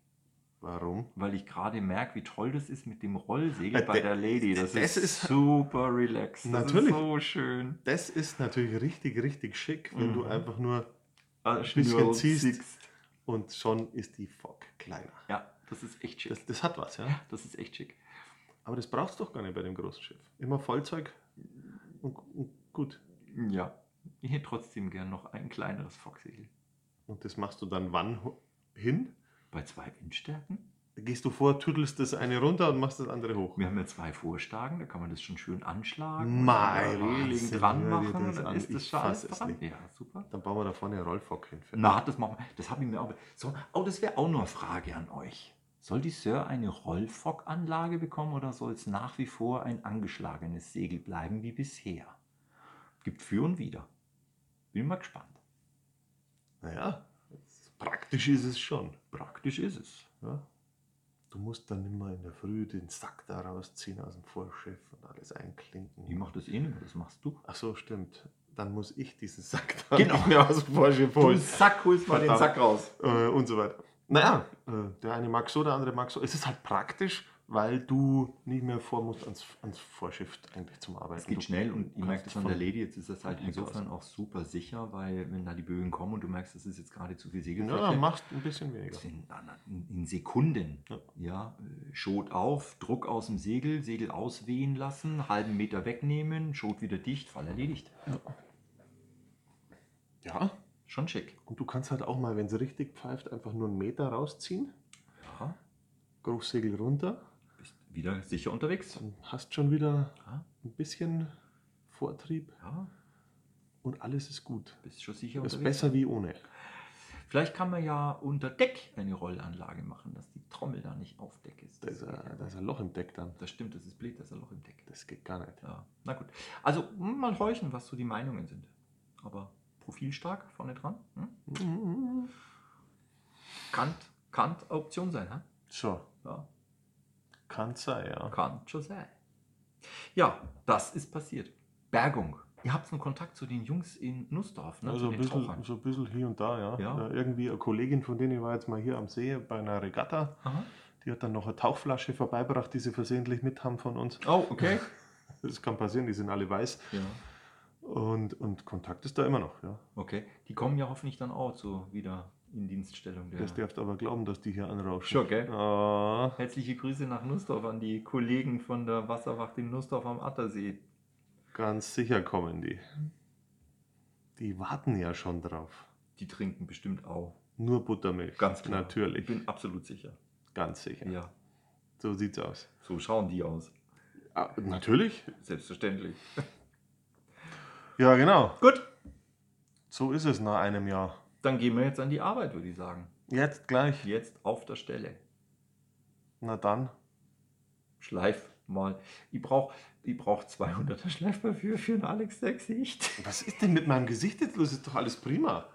[SPEAKER 1] Warum?
[SPEAKER 2] Weil ich gerade merke, wie toll das ist mit dem Rollsegel
[SPEAKER 1] Äh,
[SPEAKER 2] bei
[SPEAKER 1] de-
[SPEAKER 2] der Lady. Das, ist
[SPEAKER 1] das ist-
[SPEAKER 2] super relaxed. Das
[SPEAKER 1] Natürlich.
[SPEAKER 2] ist so schön.
[SPEAKER 1] Das ist natürlich richtig, richtig schick, wenn du
[SPEAKER 2] Mhm.
[SPEAKER 1] einfach nur
[SPEAKER 2] Ein
[SPEAKER 1] bisschen ziehst. und schon ist die Fock kleiner.
[SPEAKER 2] Ja, das ist echt schick.
[SPEAKER 1] Das, das hat was, ja.
[SPEAKER 2] das ist echt schick.
[SPEAKER 1] Aber das brauchst du doch gar nicht bei dem großen Schiff. Immer Vollzeug und, und gut.
[SPEAKER 2] Ja. Ich hätte trotzdem gern noch ein kleineres Focksegel.
[SPEAKER 1] Und das machst du dann wann ho- hin?
[SPEAKER 2] Bei zwei Windstärken?
[SPEAKER 1] Gehst du vor, tüdelst das eine runter und machst das andere hoch.
[SPEAKER 2] Wir haben ja zwei Vorstagen, da kann man das schon schön anschlagen. und
[SPEAKER 1] Mei,
[SPEAKER 2] da Reling
[SPEAKER 1] Wahnsinn,
[SPEAKER 2] dran
[SPEAKER 1] hör dir
[SPEAKER 2] machen,
[SPEAKER 1] das
[SPEAKER 2] dann
[SPEAKER 1] an.
[SPEAKER 2] ist das
[SPEAKER 1] Ich
[SPEAKER 2] schon alles
[SPEAKER 1] fass es
[SPEAKER 2] dran.
[SPEAKER 1] nicht.
[SPEAKER 2] Ja, super.
[SPEAKER 1] Dann bauen wir da vorne eine Rollfock hin.
[SPEAKER 2] Na, das machen wir. Das habe ich mir auch. So, oh, das wäre auch nur eine Frage an euch. Soll die Sir eine Rollfock-Anlage bekommen oder soll es nach wie vor ein angeschlagenes Segel bleiben wie bisher? Gibt für und wieder. Bin mal gespannt.
[SPEAKER 1] Naja, das ist Praktisch ist es schon. Praktisch ist es. Ja. Du musst dann immer in der Früh den Sack da rausziehen aus dem Vorschiff und alles einklinken.
[SPEAKER 2] Ich mache das eh nicht mehr, das machst du.
[SPEAKER 1] Ach so, stimmt. Dann muss ich diesen Sack da
[SPEAKER 2] Genau.
[SPEAKER 1] nicht mehr aus dem Vorschiff holen.
[SPEAKER 2] Sack holst
[SPEAKER 1] mal den Sack
[SPEAKER 2] raus.
[SPEAKER 1] äh, und so weiter. Naja, äh, der eine mag so, der andere mag so. Es ist halt praktisch, weil du nicht mehr vor musst ans, ans Vorschiff eigentlich zum Arbeiten.
[SPEAKER 2] Es geht
[SPEAKER 1] Also Du
[SPEAKER 2] schnell und ich
[SPEAKER 1] kannst
[SPEAKER 2] merke das an
[SPEAKER 1] von-
[SPEAKER 2] der Lady, jetzt ist das halt
[SPEAKER 1] vom Heck
[SPEAKER 2] insofern auch super sicher, weil wenn da die Böen kommen und du merkst, das ist jetzt gerade zu viel Segelfläche,
[SPEAKER 1] Ja, machst ein bisschen weniger.
[SPEAKER 2] das in, ander- in in Sekunden,
[SPEAKER 1] Ja.
[SPEAKER 2] ja, äh, Schot auf, Druck aus dem Segel, Segel auswehen lassen, halben Meter wegnehmen, Schot wieder dicht, Fall erledigt.
[SPEAKER 1] Ja.
[SPEAKER 2] Schon schick.
[SPEAKER 1] Und du kannst halt auch mal, wenn es richtig pfeift, einfach nur einen Meter rausziehen,
[SPEAKER 2] Ja,
[SPEAKER 1] Großsegel runter,
[SPEAKER 2] bist wieder sicher unterwegs.
[SPEAKER 1] dann hast schon wieder
[SPEAKER 2] Ja,
[SPEAKER 1] ein bisschen Vortrieb
[SPEAKER 2] ja
[SPEAKER 1] und alles ist gut.
[SPEAKER 2] bist schon sicher
[SPEAKER 1] Das ist
[SPEAKER 2] unterwegs.
[SPEAKER 1] besser wie ohne.
[SPEAKER 2] Vielleicht kann man ja unter Deck eine Rollanlage machen, dass die Trommel da nicht auf Deck ist.
[SPEAKER 1] Da ist, ein, da ist ein Loch im Deck dann.
[SPEAKER 2] das stimmt, das ist blöd, da ist ein Loch im Deck.
[SPEAKER 1] Das geht gar nicht.
[SPEAKER 2] Ja, na gut. Also hm, mal horchen, was so die Meinungen sind. Aber profilstark vorne dran. Hm? Kann, kann eine Option sein, ha?
[SPEAKER 1] So,
[SPEAKER 2] Ja,
[SPEAKER 1] kann sein, ja.
[SPEAKER 2] kann schon sein. Ja, das ist passiert. Bergung. Ihr habt einen Kontakt zu den Jungs in Nussdorf, ne? zu
[SPEAKER 1] Also ein
[SPEAKER 2] den
[SPEAKER 1] bisschen,
[SPEAKER 2] Tauchern.
[SPEAKER 1] so ein bisschen hier und da, ja.
[SPEAKER 2] Ja.
[SPEAKER 1] Äh, irgendwie eine Kollegin von denen, ich war jetzt mal hier am See bei einer Regatta,
[SPEAKER 2] Aha.
[SPEAKER 1] die hat dann noch eine Tauchflasche vorbeigebracht, die sie versehentlich mit haben von uns.
[SPEAKER 2] Oh, okay.
[SPEAKER 1] Das kann passieren, die sind alle weiß.
[SPEAKER 2] ja,
[SPEAKER 1] Und, und Kontakt ist da immer noch, ja.
[SPEAKER 2] okay. Die kommen ja hoffentlich dann auch so wieder in Dienststellung. Der
[SPEAKER 1] Das darfst aber glauben, dass die hier anrauschen.
[SPEAKER 2] Schon, gell?
[SPEAKER 1] Ah,
[SPEAKER 2] Herzliche Grüße nach Nussdorf an die Kollegen von der Wasserwacht in Nussdorf am Attersee.
[SPEAKER 1] ganz sicher kommen die. Die warten ja schon drauf.
[SPEAKER 2] Die trinken bestimmt auch.
[SPEAKER 1] Nur Buttermilch.
[SPEAKER 2] Ganz klar. Ich
[SPEAKER 1] Natürlich.
[SPEAKER 2] bin absolut sicher.
[SPEAKER 1] Ganz sicher.
[SPEAKER 2] Ja,
[SPEAKER 1] So sieht's aus.
[SPEAKER 2] so schauen die aus.
[SPEAKER 1] Ah, natürlich.
[SPEAKER 2] Selbstverständlich.
[SPEAKER 1] Ja, genau.
[SPEAKER 2] Gut,
[SPEAKER 1] So ist es nach einem Jahr.
[SPEAKER 2] dann gehen wir jetzt an die Arbeit, würde ich sagen.
[SPEAKER 1] Jetzt gleich.
[SPEAKER 2] Jetzt auf der Stelle.
[SPEAKER 1] Na dann.
[SPEAKER 2] Schleif mal. Ich brauche ich brauch 200er Schleifpapier für einen Alex der Gesicht.
[SPEAKER 1] Was ist denn mit meinem Gesicht jetzt los? Ist doch alles prima.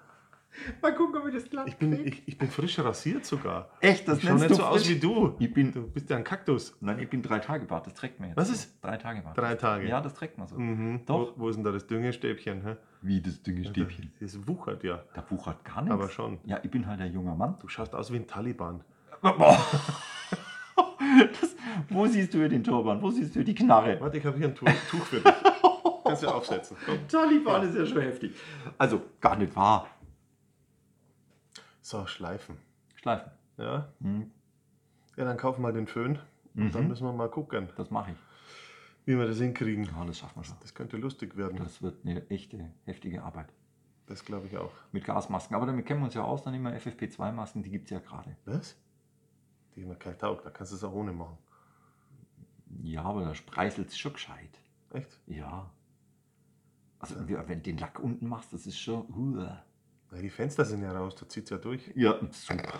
[SPEAKER 2] Mal gucken, ob ich das glatt
[SPEAKER 1] Ich bin,
[SPEAKER 2] krieg.
[SPEAKER 1] ich, ich bin frisch rasiert sogar.
[SPEAKER 2] Echt,
[SPEAKER 1] ich schau nicht so aus wie du.
[SPEAKER 2] Ich bin,
[SPEAKER 1] Du bist ja ein Kaktus.
[SPEAKER 2] nein, ich bin drei Tage Bart, das trägt man jetzt.
[SPEAKER 1] Was
[SPEAKER 2] so.
[SPEAKER 1] ist?
[SPEAKER 2] Drei Tage Bart.
[SPEAKER 1] Drei Tage.
[SPEAKER 2] Ja, das trägt man so.
[SPEAKER 1] Mhm.
[SPEAKER 2] Doch.
[SPEAKER 1] Wo, wo ist denn da das Düngestäbchen? Hä?
[SPEAKER 2] Wie das dünne Stäbchen.
[SPEAKER 1] Das wuchert ja.
[SPEAKER 2] Da wuchert gar nichts.
[SPEAKER 1] Aber schon.
[SPEAKER 2] Ja, ich bin halt ein junger Mann.
[SPEAKER 1] Du schaust aus wie ein Taliban.
[SPEAKER 2] Boah. Das, wo siehst du hier den Turban? Wo siehst du hier die Knarre?
[SPEAKER 1] Warte, ich habe hier ein Tuch, Tuch für dich. Kannst du aufsetzen. Komm.
[SPEAKER 2] Taliban ist ja schon heftig. Also, gar nicht wahr.
[SPEAKER 1] So, schleifen.
[SPEAKER 2] Schleifen.
[SPEAKER 1] Ja?
[SPEAKER 2] Hm,
[SPEAKER 1] ja, dann kaufen wir den Föhn. Und dann
[SPEAKER 2] Mhm.
[SPEAKER 1] müssen wir mal gucken,
[SPEAKER 2] das mache ich.
[SPEAKER 1] wie wir das hinkriegen.
[SPEAKER 2] Ja, das schaffen wir schon.
[SPEAKER 1] Das könnte lustig werden.
[SPEAKER 2] Das wird eine echte, heftige Arbeit.
[SPEAKER 1] Das glaube ich auch.
[SPEAKER 2] Mit Gasmasken. Aber damit kennen wir uns ja aus, dann immer FFP2-Masken, die gibt es ja gerade.
[SPEAKER 1] Was? Die haben ja keinen Taug. Da kannst du es auch ohne machen.
[SPEAKER 2] Ja, aber da spreißelt es schon gescheit.
[SPEAKER 1] Echt?
[SPEAKER 2] Ja. Also, wie- wenn du den Lack unten machst, das ist schon. Uah.
[SPEAKER 1] Na, die Fenster sind ja raus. Da zieht es ja durch.
[SPEAKER 2] Ja, super.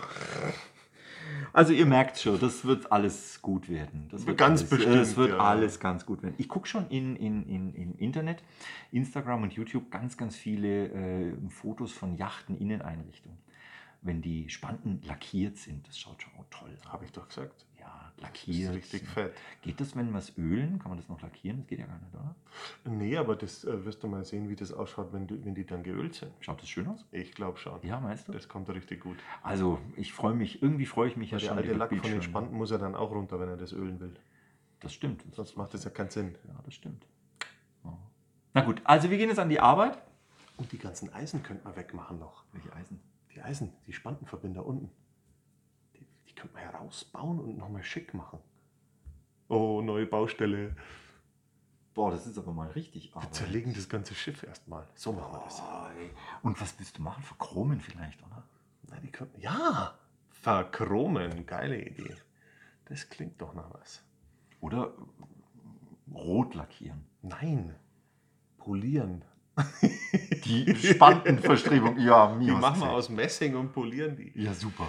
[SPEAKER 2] Also ihr merkt schon, das wird alles gut werden. Das wird
[SPEAKER 1] Ganz
[SPEAKER 2] alles, äh,
[SPEAKER 1] bestimmt,
[SPEAKER 2] Es wird
[SPEAKER 1] ja.
[SPEAKER 2] alles ganz gut werden. Ich gucke schon in, in, in, im Internet, Instagram und YouTube ganz, ganz viele äh, Fotos von Yachten, Inneneinrichtungen. Wenn die Spanten lackiert sind, das schaut schon auch toll aus.
[SPEAKER 1] Habe ich doch gesagt.
[SPEAKER 2] Ja,
[SPEAKER 1] Das ist
[SPEAKER 2] lackiert.
[SPEAKER 1] richtig fett.
[SPEAKER 2] Geht das, wenn wir es ölen? Kann man das noch lackieren? Das geht ja gar nicht, oder?
[SPEAKER 1] Nee, aber das äh, wirst du mal sehen, wie das ausschaut, wenn, du, wenn die dann geölt sind.
[SPEAKER 2] Schaut das schön aus?
[SPEAKER 1] Ich glaube schon.
[SPEAKER 2] Ja, meinst du?
[SPEAKER 1] Das kommt richtig gut.
[SPEAKER 2] Also, ich freue mich, irgendwie freue ich mich ja
[SPEAKER 1] Weil Also der
[SPEAKER 2] schon.
[SPEAKER 1] alte
[SPEAKER 2] über
[SPEAKER 1] Lack von den
[SPEAKER 2] Bildschirme.
[SPEAKER 1] Spanten muss ja dann auch runter, wenn er das ölen will.
[SPEAKER 2] Das stimmt.
[SPEAKER 1] Sonst macht das ja keinen Sinn.
[SPEAKER 2] Ja, das stimmt. Ja. Na gut, also wir gehen jetzt an die Arbeit.
[SPEAKER 1] Und die ganzen Eisen könnte man wegmachen noch.
[SPEAKER 2] Welche Eisen?
[SPEAKER 1] Die Eisen, die Spantenverbinder unten. Die, die könnte man herausbauen und nochmal schick machen. Oh, neue Baustelle.
[SPEAKER 2] Boah, das ist aber mal richtig
[SPEAKER 1] Wir
[SPEAKER 2] Arbeit.
[SPEAKER 1] zerlegen das ganze Schiff erstmal. So machen wir das.
[SPEAKER 2] Boah, ey. Und was willst du machen? Verchromen vielleicht, oder?
[SPEAKER 1] Na, die könnten, ja, verchromen. Geile Idee. Das klingt doch nach was.
[SPEAKER 2] Oder äh, rot lackieren.
[SPEAKER 1] Nein, polieren.
[SPEAKER 2] Die Spantenverstrebung, ja, mir.
[SPEAKER 1] Die machen wir aus Messing und polieren die.
[SPEAKER 2] Ja, super.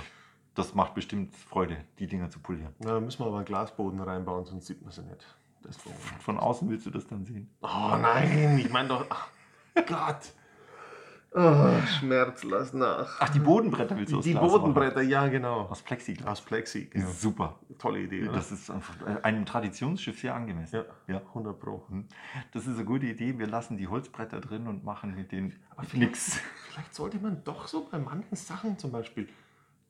[SPEAKER 2] Das macht bestimmt Freude, die Dinger zu polieren.
[SPEAKER 1] Na, da müssen wir aber einen Glasboden reinbauen, sonst sieht man sie nicht. Das ist doof.
[SPEAKER 2] Von außen willst du das dann sehen.
[SPEAKER 1] Oh nein, ich meine doch. Ach, Gott. Oh, Schmerz, lass nach.
[SPEAKER 2] Ach, die Bodenbretter willst du aus
[SPEAKER 1] Die
[SPEAKER 2] Glas
[SPEAKER 1] Bodenbretter, ja, genau.
[SPEAKER 2] machen. Aus Plexiglas.
[SPEAKER 1] Aus Plexi.
[SPEAKER 2] Ja.
[SPEAKER 1] Ja.
[SPEAKER 2] Super.
[SPEAKER 1] Tolle Idee. Oder?
[SPEAKER 2] Das ist einfach äh, einem Traditionsschiff sehr angemessen.
[SPEAKER 1] ja. ja, 100 Pro.
[SPEAKER 2] Hm. Das ist eine gute Idee. Wir lassen die Holzbretter drin und machen mit denen
[SPEAKER 1] Also
[SPEAKER 2] nichts.
[SPEAKER 1] Vielleicht sollte man doch so bei manchen Sachen zum Beispiel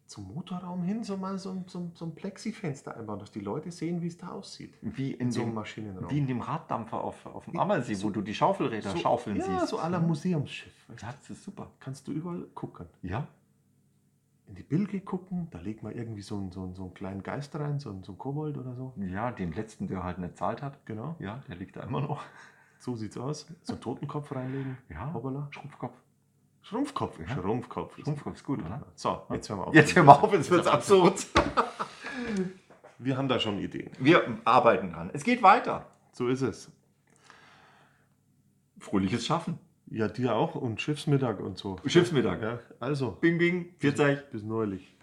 [SPEAKER 1] zum Motorraum hin so mal so, ein- so, ein- so ein Plexifenster einbauen, dass die Leute sehen, wie es da aussieht.
[SPEAKER 2] Wie in
[SPEAKER 1] In so einem
[SPEAKER 2] dem,
[SPEAKER 1] Maschinenraum.
[SPEAKER 2] wie in dem Raddampfer auf, auf dem
[SPEAKER 1] Wie-
[SPEAKER 2] Ammersee,
[SPEAKER 1] so-
[SPEAKER 2] wo du die Schaufelräder
[SPEAKER 1] so,
[SPEAKER 2] schaufeln
[SPEAKER 1] ja,
[SPEAKER 2] siehst.
[SPEAKER 1] so aller Museumsschiff. weißt du?
[SPEAKER 2] Ja, das ist super.
[SPEAKER 1] Kannst du überall gucken.
[SPEAKER 2] Ja,
[SPEAKER 1] In die Bilge gucken, da legt man irgendwie so einen, so einen, so einen kleinen Geist rein, so einen, so einen Kobold oder so.
[SPEAKER 2] ja, den letzten, der halt nicht zahlt hat.
[SPEAKER 1] Genau,
[SPEAKER 2] Ja, der liegt da immer noch.
[SPEAKER 1] so sieht's aus. So einen Totenkopf reinlegen.
[SPEAKER 2] Ja,
[SPEAKER 1] Hoppala.
[SPEAKER 2] Schrumpfkopf.
[SPEAKER 1] Schrumpfkopf.
[SPEAKER 2] Ja.
[SPEAKER 1] Schrumpfkopf.
[SPEAKER 2] Schrumpfkopf ist gut, oder?
[SPEAKER 1] So, jetzt hören wir auf.
[SPEAKER 2] Jetzt hören wir auf, jetzt wird's
[SPEAKER 1] absurd. wir haben da schon Ideen.
[SPEAKER 2] Wir arbeiten dran. Es geht weiter.
[SPEAKER 1] So ist es.
[SPEAKER 2] Fröhliches Schaffen.
[SPEAKER 1] Ja, dir auch und Schiffsmittag und so.
[SPEAKER 2] Schiffsmittag.
[SPEAKER 1] Ja, also,
[SPEAKER 2] Bing, bing. Vierzeig.
[SPEAKER 1] bis neulich.